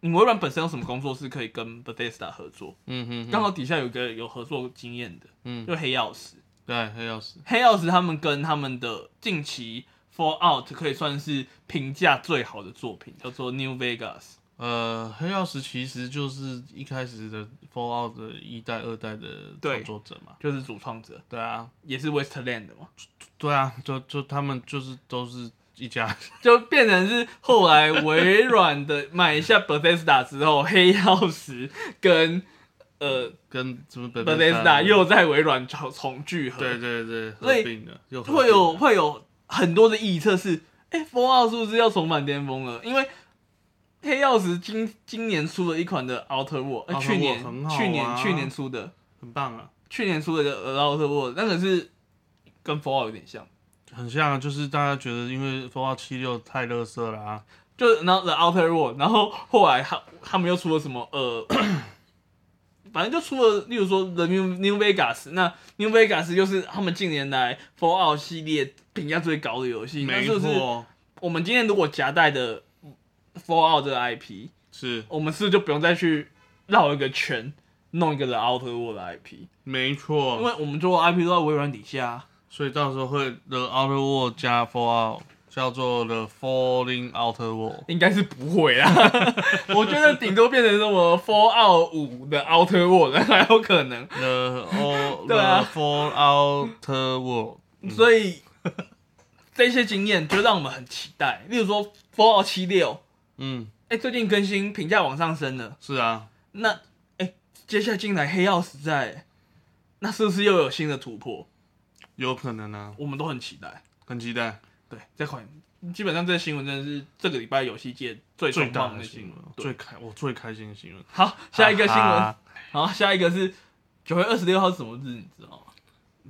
[SPEAKER 2] 你微软本身有什么工作室可以跟 Bethesda 合作？
[SPEAKER 1] 嗯嗯，
[SPEAKER 2] 刚好底下有个有合作经验的，
[SPEAKER 1] 嗯
[SPEAKER 2] 就黑曜石。
[SPEAKER 1] 对黑曜石。
[SPEAKER 2] 黑曜石他们跟他们的近期 Fallout 可以算是评价最好的作品，叫做 New Vegas。
[SPEAKER 1] 呃，黑曜石其实就是一开始的 Fallout 的一代、二代的
[SPEAKER 2] 对
[SPEAKER 1] 创作者嘛。
[SPEAKER 2] 就是主创者
[SPEAKER 1] 对啊，
[SPEAKER 2] 也是 Westland 的嘛，
[SPEAKER 1] 对啊，就就他们就是都是一家。
[SPEAKER 2] 就变成是后来微软的买下 Bethesda 之后，黑曜石跟呃
[SPEAKER 1] 跟什么
[SPEAKER 2] Bethesda 又在微软重重聚合，
[SPEAKER 1] 嗯对对对
[SPEAKER 2] 所以
[SPEAKER 1] 合并的，又合
[SPEAKER 2] 会
[SPEAKER 1] 并
[SPEAKER 2] 有
[SPEAKER 1] 了
[SPEAKER 2] 会有很多的臆测是，哎、f a l l o u t 是不是要重返巅峰了？因为黑曜石今今年出了一款的 Outer World，、呃、
[SPEAKER 1] Outer
[SPEAKER 2] 去
[SPEAKER 1] World
[SPEAKER 2] 年、
[SPEAKER 1] 很好啊
[SPEAKER 2] 去年去年出的，
[SPEAKER 1] 很棒啊，
[SPEAKER 2] 去年出的呃 Outer World 那个是跟 Fallout 有点像，
[SPEAKER 1] 很像啊，就是大家觉得因为 Fallout 七六太垃圾了啊，
[SPEAKER 2] 就然后 The Outer World，然后后来他他们又出了什么呃。反正就出了，例如说 The New New Vegas，那 New Vegas 又是他们近年来 Fallout 系列评价最高的游戏，那
[SPEAKER 1] 没
[SPEAKER 2] 就是
[SPEAKER 1] 错，
[SPEAKER 2] 我们今天如果夹带的 Fallout 这个 IP，
[SPEAKER 1] 是
[SPEAKER 2] 我们是不是就不用再去绕一个圈弄一个 The Outer World 的 IP？
[SPEAKER 1] 没
[SPEAKER 2] 因
[SPEAKER 1] 错，
[SPEAKER 2] 为我们做的 IP 都在微软底下啊。
[SPEAKER 1] 所以到时候会 The Outer World 加 Fallout 叫做 The Falling Outer World。
[SPEAKER 2] 应该是不会啦。 我觉得顶多变成什么 Fallout 五的 Outer World 还有可能。
[SPEAKER 1] The All
[SPEAKER 2] 对啊
[SPEAKER 1] The Fallout World，
[SPEAKER 2] 所以这些经验就让我们很期待。例如说 Fallout 七六，
[SPEAKER 1] 嗯，
[SPEAKER 2] 哎，最近更新评价往上升了。
[SPEAKER 1] 是啊，
[SPEAKER 2] 那哎、诶接下来进来黑曜石在，那是不是又有新的突破？
[SPEAKER 1] 有可能啊，
[SPEAKER 2] 我们都很期待。
[SPEAKER 1] 很期待。
[SPEAKER 2] 对，这款基本上这个新闻真的是这个礼拜游戏界最
[SPEAKER 1] 最
[SPEAKER 2] 重
[SPEAKER 1] 大
[SPEAKER 2] 磅的
[SPEAKER 1] 的
[SPEAKER 2] 新
[SPEAKER 1] 新
[SPEAKER 2] 闻
[SPEAKER 1] 闻，。
[SPEAKER 2] 对，
[SPEAKER 1] 最开我最开心的新闻。啊
[SPEAKER 2] 好，下一个新闻
[SPEAKER 1] 哈，
[SPEAKER 2] 好，下一个是九月二十六号是什么日？哦你知道吗？
[SPEAKER 1] 哈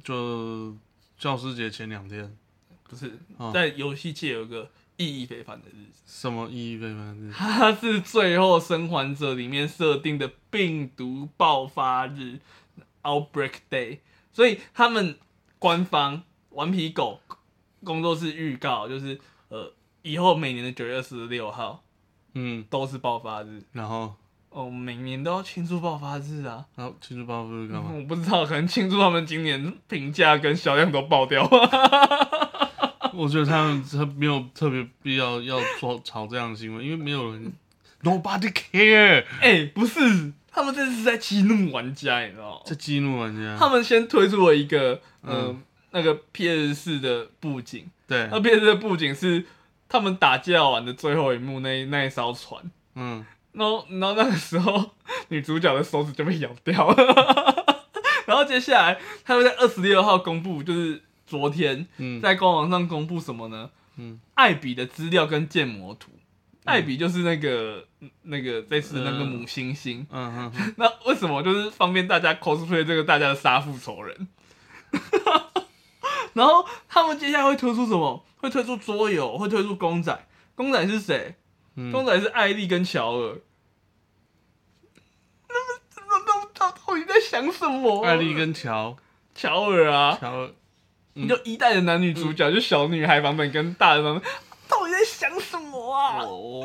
[SPEAKER 1] 就教师节前两天，
[SPEAKER 2] 不是
[SPEAKER 1] 哦，
[SPEAKER 2] 在游戏界有一个意义非凡的日子，
[SPEAKER 1] 什么意义非凡的日子？
[SPEAKER 2] 它是《最后生还者》里面设定的病毒爆发日 （Outbreak Day），所以他们官方顽皮狗工作室预告就是，呃，以后每年的九月二十六号
[SPEAKER 1] 嗯，
[SPEAKER 2] 都是爆发日。
[SPEAKER 1] 然后
[SPEAKER 2] 哦，我们每年都要庆祝爆发日啊！
[SPEAKER 1] 然后庆祝爆发日干嘛？
[SPEAKER 2] 我不知道，可能庆祝他们今年评价跟销量都爆掉。
[SPEAKER 1] 我觉得他们他没有特别必要要做炒这样的新闻，因为没有人，nobody care
[SPEAKER 2] 哎、不是，他们这是在激怒玩家，你知道吗？
[SPEAKER 1] 在激怒玩
[SPEAKER 2] 嗯他
[SPEAKER 1] 家。
[SPEAKER 2] 们先推出了一个，呃、
[SPEAKER 1] 嗯
[SPEAKER 2] 那个 PS 四的布景，
[SPEAKER 1] 对嗯
[SPEAKER 2] 那，PS 的布景是他们打架完的最后一幕那那一艘船，
[SPEAKER 1] 嗯，
[SPEAKER 2] 然后然后那个时候女主角的手指就被咬掉了， 然后接下来他们在二十六号公布，就是昨天
[SPEAKER 1] 嗯
[SPEAKER 2] 在官网上公布什么呢？
[SPEAKER 1] 嗯，
[SPEAKER 2] 艾比的资料跟建模图。艾比就是那个那个类似那个母猩猩，
[SPEAKER 1] 嗯哼，
[SPEAKER 2] 那为什么就是方便大家 cosplay 这个大家的杀父仇人？ 然后他们接下来会推出什么？会推出桌游，会推出公仔。公仔是谁？公
[SPEAKER 1] 嗯，
[SPEAKER 2] 仔是艾丽跟乔尔。那么，那么到到底在想什么？
[SPEAKER 1] 艾丽跟乔
[SPEAKER 2] 乔尔啊，
[SPEAKER 1] 乔，嗯
[SPEAKER 2] 你就一代的男女主角，就小女孩版本跟大人版本，到底在想什么啊？
[SPEAKER 1] 我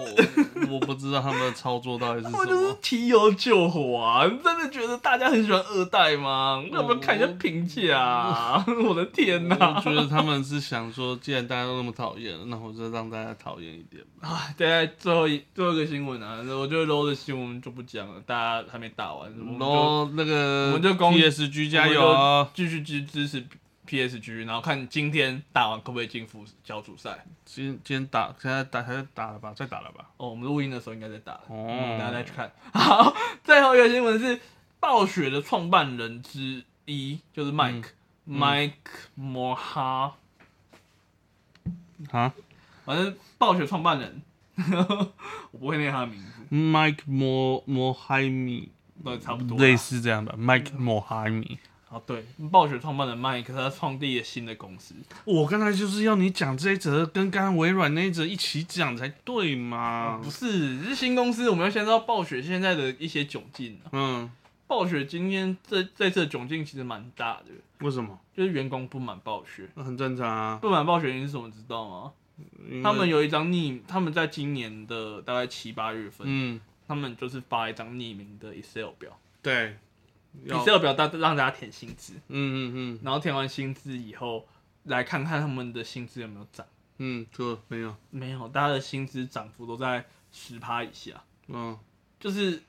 [SPEAKER 1] 我不知道他们的操作到底是什
[SPEAKER 2] 他们就是
[SPEAKER 1] 么。
[SPEAKER 2] 提油救火啊！你真的觉得大家很喜欢二代吗？要不要看一下评价啊？ 我的天 哪、
[SPEAKER 1] 我觉得他们是想说，既然大家都那么讨厌了，那我就让大家讨厌一点吧。
[SPEAKER 2] 啊！等一下最后一最后一个新闻啊，我觉得 low 的新闻就不讲了，大家还没打完，我们
[SPEAKER 1] 然
[SPEAKER 2] 就
[SPEAKER 1] 后那个
[SPEAKER 2] 我们就攻
[SPEAKER 1] PSG 加油哦！
[SPEAKER 2] 继续支支持 PSG，然后看今天打完可不可以进复小组赛。
[SPEAKER 1] 今今天打，现在打还在打了吧？再打了吧？
[SPEAKER 2] 哦，我们录音的时候应该在打了，
[SPEAKER 1] 哦
[SPEAKER 2] 嗯大家再去看。 好，最后一个新闻是暴雪的创办人之一就是 Mike、Mike Moha。
[SPEAKER 1] 啊
[SPEAKER 2] 反正暴雪创办人， 我不会念他的名字，
[SPEAKER 1] ，Mike Mo Mohimi
[SPEAKER 2] 对，差不多啦。
[SPEAKER 1] 类似这样吧，Mike Mohimi。
[SPEAKER 2] 啊，对，暴雪创办人麦克他创立了新的公司，
[SPEAKER 1] 我刚才就是要你讲这一则，跟刚刚微软那一则一起讲才对嘛
[SPEAKER 2] 不？是，是新公司。我们要先知道暴雪现在的一些窘境啊。
[SPEAKER 1] 嗯，
[SPEAKER 2] 暴雪今天这这次的窘境其实蛮大的，
[SPEAKER 1] 为什么？
[SPEAKER 2] 就是员工不满暴雪，
[SPEAKER 1] 那很正常啊。
[SPEAKER 2] 不满暴雪原因是什么？知道吗？
[SPEAKER 1] 因为
[SPEAKER 2] 他们有一张匿，他们在今年的大概七八月份，
[SPEAKER 1] 嗯，
[SPEAKER 2] 他们就是发一张匿名的 Excel 表
[SPEAKER 1] 对，要
[SPEAKER 2] ，Excel 表大让大家填薪资，
[SPEAKER 1] 嗯嗯嗯
[SPEAKER 2] 然后填完薪资以后，来看看他们的薪资有没有涨。
[SPEAKER 1] 嗯，就没有，
[SPEAKER 2] 没有，大家的薪资涨幅都在十趴以下，
[SPEAKER 1] 嗯，
[SPEAKER 2] 就是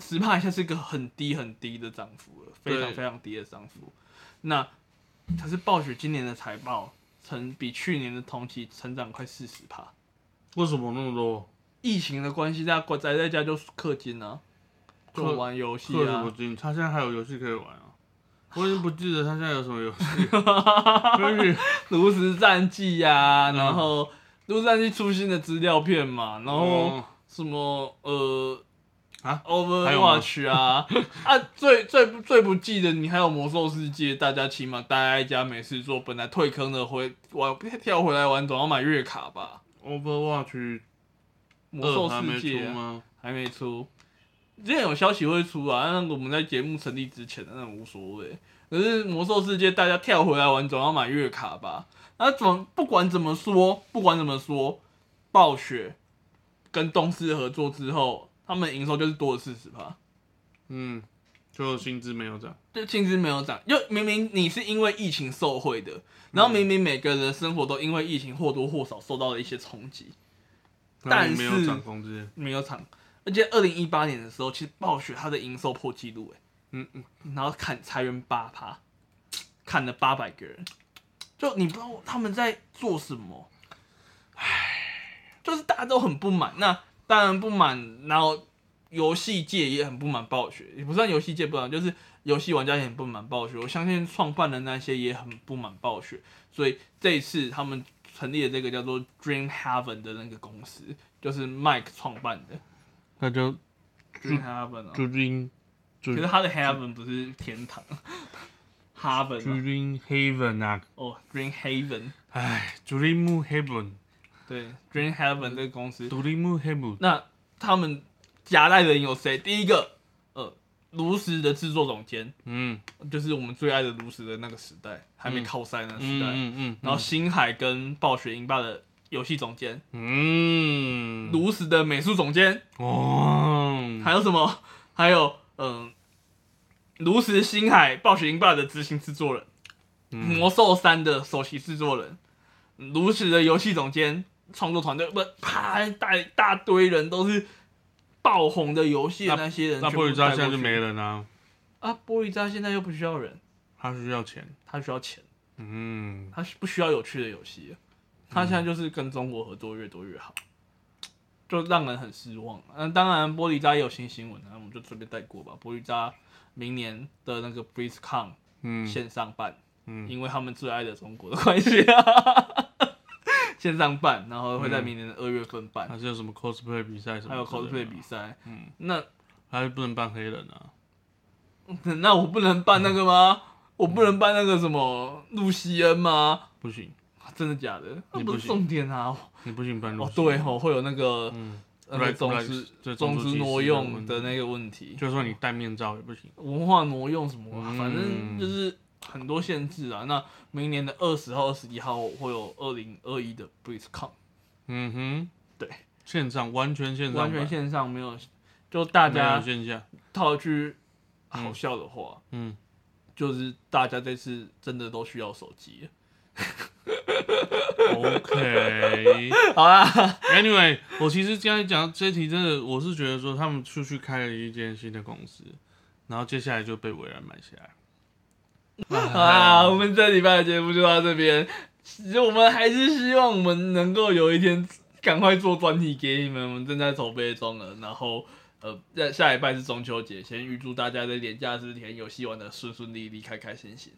[SPEAKER 2] 十趴以下是一个很低很低的涨幅了，非常
[SPEAKER 1] 对
[SPEAKER 2] 非常低的涨幅。那可是暴雪今年的财报成比去年的同期成长快四十趴，
[SPEAKER 1] 为什么那么多？
[SPEAKER 2] 疫情的关系，大家关宅在家就氪金啊，就
[SPEAKER 1] 氪
[SPEAKER 2] 玩游戏
[SPEAKER 1] 氪什么
[SPEAKER 2] 啊，
[SPEAKER 1] 金？他现在还有游戏可以玩啊！我已经不记得他现在有什么游戏，就是
[SPEAKER 2] 炉石战记呀、啊，
[SPEAKER 1] 嗯
[SPEAKER 2] 然后炉石战记出新的资料片嘛，然
[SPEAKER 1] 哦
[SPEAKER 2] 后。什么呃
[SPEAKER 1] 啊还有吗
[SPEAKER 2] ，Overwatch 啊啊，最最不最不记得你还有魔兽世界，大家起码待在家没事做，本来退坑的回玩跳回来玩，总要买月卡吧？
[SPEAKER 1] Overwatch
[SPEAKER 2] 魔
[SPEAKER 1] 二
[SPEAKER 2] 兽
[SPEAKER 1] 还没
[SPEAKER 2] 世界
[SPEAKER 1] 出
[SPEAKER 2] 啊
[SPEAKER 1] 吗？
[SPEAKER 2] 还没出，之前有消息会出啊，那个我们在节目成立之前的那种无所谓。可是魔兽世界大家跳回来玩，总要买月卡吧？那总不管怎么说，不管怎么说，暴雪跟东芝合作之后，他们营收就是多了四十趴，
[SPEAKER 1] 嗯，就薪资没有涨。
[SPEAKER 2] 就薪资没有涨。就明明你是因为疫情受惠的，然后明明每个人的生活都因为疫情或多或少受到了一些冲击，
[SPEAKER 1] 那你
[SPEAKER 2] 但
[SPEAKER 1] 没有
[SPEAKER 2] 是
[SPEAKER 1] 涨工资，
[SPEAKER 2] 没有涨。而且二零一八年的时候，其实暴雪它的营收破纪录，哎，
[SPEAKER 1] 嗯嗯，
[SPEAKER 2] 然后砍裁员八趴，砍了八百个人，就你不知道他们在做什么，唉，就是大家都很不满，那当然不满，然后游戏界也很不满暴雪，也不算游戏界不满，就是游戏玩家也很不满暴雪，我相信创办人那些也很不满暴雪，所以这一次他们成立了这个叫做 Dream Haven 的那个公司，就是 Mike 创办的
[SPEAKER 1] 那就嗯
[SPEAKER 2] Dream Haven 啊，
[SPEAKER 1] 朱军朱
[SPEAKER 2] 其实他的 Heaven 不是天堂 ，Haven 啊
[SPEAKER 1] 朱军 Haven 啊，
[SPEAKER 2] 哦，Dream Haven，
[SPEAKER 1] 哎，朱林木 Haven，
[SPEAKER 2] 对，Dream Haven
[SPEAKER 1] 嗯
[SPEAKER 2] 这个公司，
[SPEAKER 1] 朱林木 Haven，
[SPEAKER 2] 那他们夹带人有谁？第一个，呃，炉石的制作总监，
[SPEAKER 1] 嗯，
[SPEAKER 2] 就是我们最爱的炉石的那个时代，还没靠山的时代，
[SPEAKER 1] 嗯嗯嗯，
[SPEAKER 2] 然后星海跟暴雪英霸的游戏总监，
[SPEAKER 1] 嗯，
[SPEAKER 2] 炉石的美术总监，
[SPEAKER 1] 哦，
[SPEAKER 2] 还有什么？还有嗯，炉石星海暴雪英霸的执行制作人，
[SPEAKER 1] 嗯
[SPEAKER 2] 魔兽三的首席制作人，炉石的游戏总监创作团队，不，啪，大一大堆人都是爆红的游戏的那些人
[SPEAKER 1] 那
[SPEAKER 2] 全部
[SPEAKER 1] 玻璃
[SPEAKER 2] 带过去，
[SPEAKER 1] 渣现在就没人啊，
[SPEAKER 2] 啊，玻璃渣现在又不需要人，
[SPEAKER 1] 他需要钱，
[SPEAKER 2] 他需要钱，
[SPEAKER 1] 嗯，
[SPEAKER 2] 他不需要有趣的游戏，他现在就是跟中国合作越多越好。就让人很失望。嗯，当然，玻璃渣也有新新闻啊，我们就随便带过吧。玻璃渣明年的那个 BlizzCon
[SPEAKER 1] 嗯
[SPEAKER 2] 线上办，
[SPEAKER 1] 嗯
[SPEAKER 2] 因为他们最爱的中国的关系 啊，线上办，然后会在明年的二月份办，
[SPEAKER 1] 还是有什么 cosplay 比赛什么，
[SPEAKER 2] 还有 cosplay 比，赛。
[SPEAKER 1] 嗯，
[SPEAKER 2] 那
[SPEAKER 1] 还不能扮黑人啊，
[SPEAKER 2] 那我不能办那个吗？我不能办那个什么露西恩吗？
[SPEAKER 1] 不行，
[SPEAKER 2] 啊真的假的？那
[SPEAKER 1] 你
[SPEAKER 2] 不
[SPEAKER 1] 不
[SPEAKER 2] 是
[SPEAKER 1] 行
[SPEAKER 2] 重点啊！
[SPEAKER 1] 你不行扮
[SPEAKER 2] 哦
[SPEAKER 1] 露，
[SPEAKER 2] 对，吼，会有那个呃
[SPEAKER 1] 嗯，
[SPEAKER 2] 那个
[SPEAKER 1] Right-
[SPEAKER 2] 种
[SPEAKER 1] right-
[SPEAKER 2] 族
[SPEAKER 1] 对
[SPEAKER 2] 种
[SPEAKER 1] 种族
[SPEAKER 2] 族
[SPEAKER 1] 歧视
[SPEAKER 2] 挪
[SPEAKER 1] 的
[SPEAKER 2] 用
[SPEAKER 1] 问
[SPEAKER 2] 的
[SPEAKER 1] 题
[SPEAKER 2] 那个问题，
[SPEAKER 1] 就算你戴面罩也不行，
[SPEAKER 2] 文化挪用什么啊、
[SPEAKER 1] 嗯
[SPEAKER 2] 反正就是很多限制啊。那明年的二十号、二十一号会有二零二一的 BlizzCon，
[SPEAKER 1] 嗯哼，
[SPEAKER 2] 对，
[SPEAKER 1] 线上完全线上
[SPEAKER 2] 完
[SPEAKER 1] 版，
[SPEAKER 2] 全线上没有，就大
[SPEAKER 1] 没有
[SPEAKER 2] 家
[SPEAKER 1] 线下，
[SPEAKER 2] 套一句好笑的话，
[SPEAKER 1] 嗯，
[SPEAKER 2] 就是大家这次真的都需要 手机。
[SPEAKER 1] OK，Anyway，
[SPEAKER 2] 好啦，
[SPEAKER 1] 我其实刚才讲这题真的，我是觉得说他们出去开了一间新的公司，然后接下来就被微软买下来。
[SPEAKER 2] 好
[SPEAKER 1] 哎
[SPEAKER 2] 啦，我们这礼拜的节目就到这边。其实我们还是希望我们能够有一天赶快做专题给你们，我们正在筹备中了。然后呃，下下礼拜是中秋节，先预祝大家在年假之前游戏玩的顺顺利利、开开心心。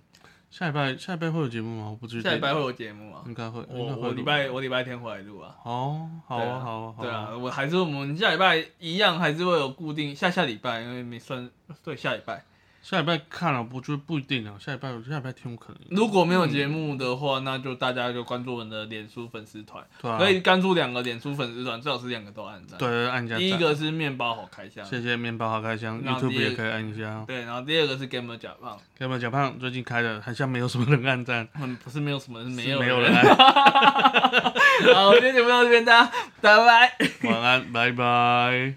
[SPEAKER 1] 下礼拜下礼拜会有节目吗？我不知道。
[SPEAKER 2] 下礼拜会有节目吗？
[SPEAKER 1] 应该会，
[SPEAKER 2] 我
[SPEAKER 1] 应该会
[SPEAKER 2] 我
[SPEAKER 1] 录
[SPEAKER 2] 礼拜我礼拜天回来录啊。
[SPEAKER 1] 哦，好
[SPEAKER 2] 对啊
[SPEAKER 1] 啊，好啊，好
[SPEAKER 2] 对啊，，我还是我们下礼拜一样，还是会有固定下下礼拜，因为没算对下礼拜。
[SPEAKER 1] 下礼拜看了，不就不一定啊。下礼拜下礼拜天我可能
[SPEAKER 2] 如果没有节目的话，那就大家就关注我们的脸书粉丝团，
[SPEAKER 1] 对啊，
[SPEAKER 2] 可以关注两个脸书粉丝团，最好是两个都按赞。，
[SPEAKER 1] 对按一下。
[SPEAKER 2] 第一，个是面包好开箱，
[SPEAKER 1] 谢谢面包好开箱
[SPEAKER 2] 然
[SPEAKER 1] ，YouTube
[SPEAKER 2] 后第二个
[SPEAKER 1] 也可以按一下。哦
[SPEAKER 2] 对，然后第二个是 Gamer 假胖，
[SPEAKER 1] 要不要小胖最近开的，好像没有什么人按赞，
[SPEAKER 2] 嗯，不是没有什么，是没
[SPEAKER 1] 是
[SPEAKER 2] 有
[SPEAKER 1] 没有人
[SPEAKER 2] 人。
[SPEAKER 1] 按。
[SPEAKER 2] 好，我们今天节目到这边，大家拜拜。
[SPEAKER 1] 晚安，拜拜。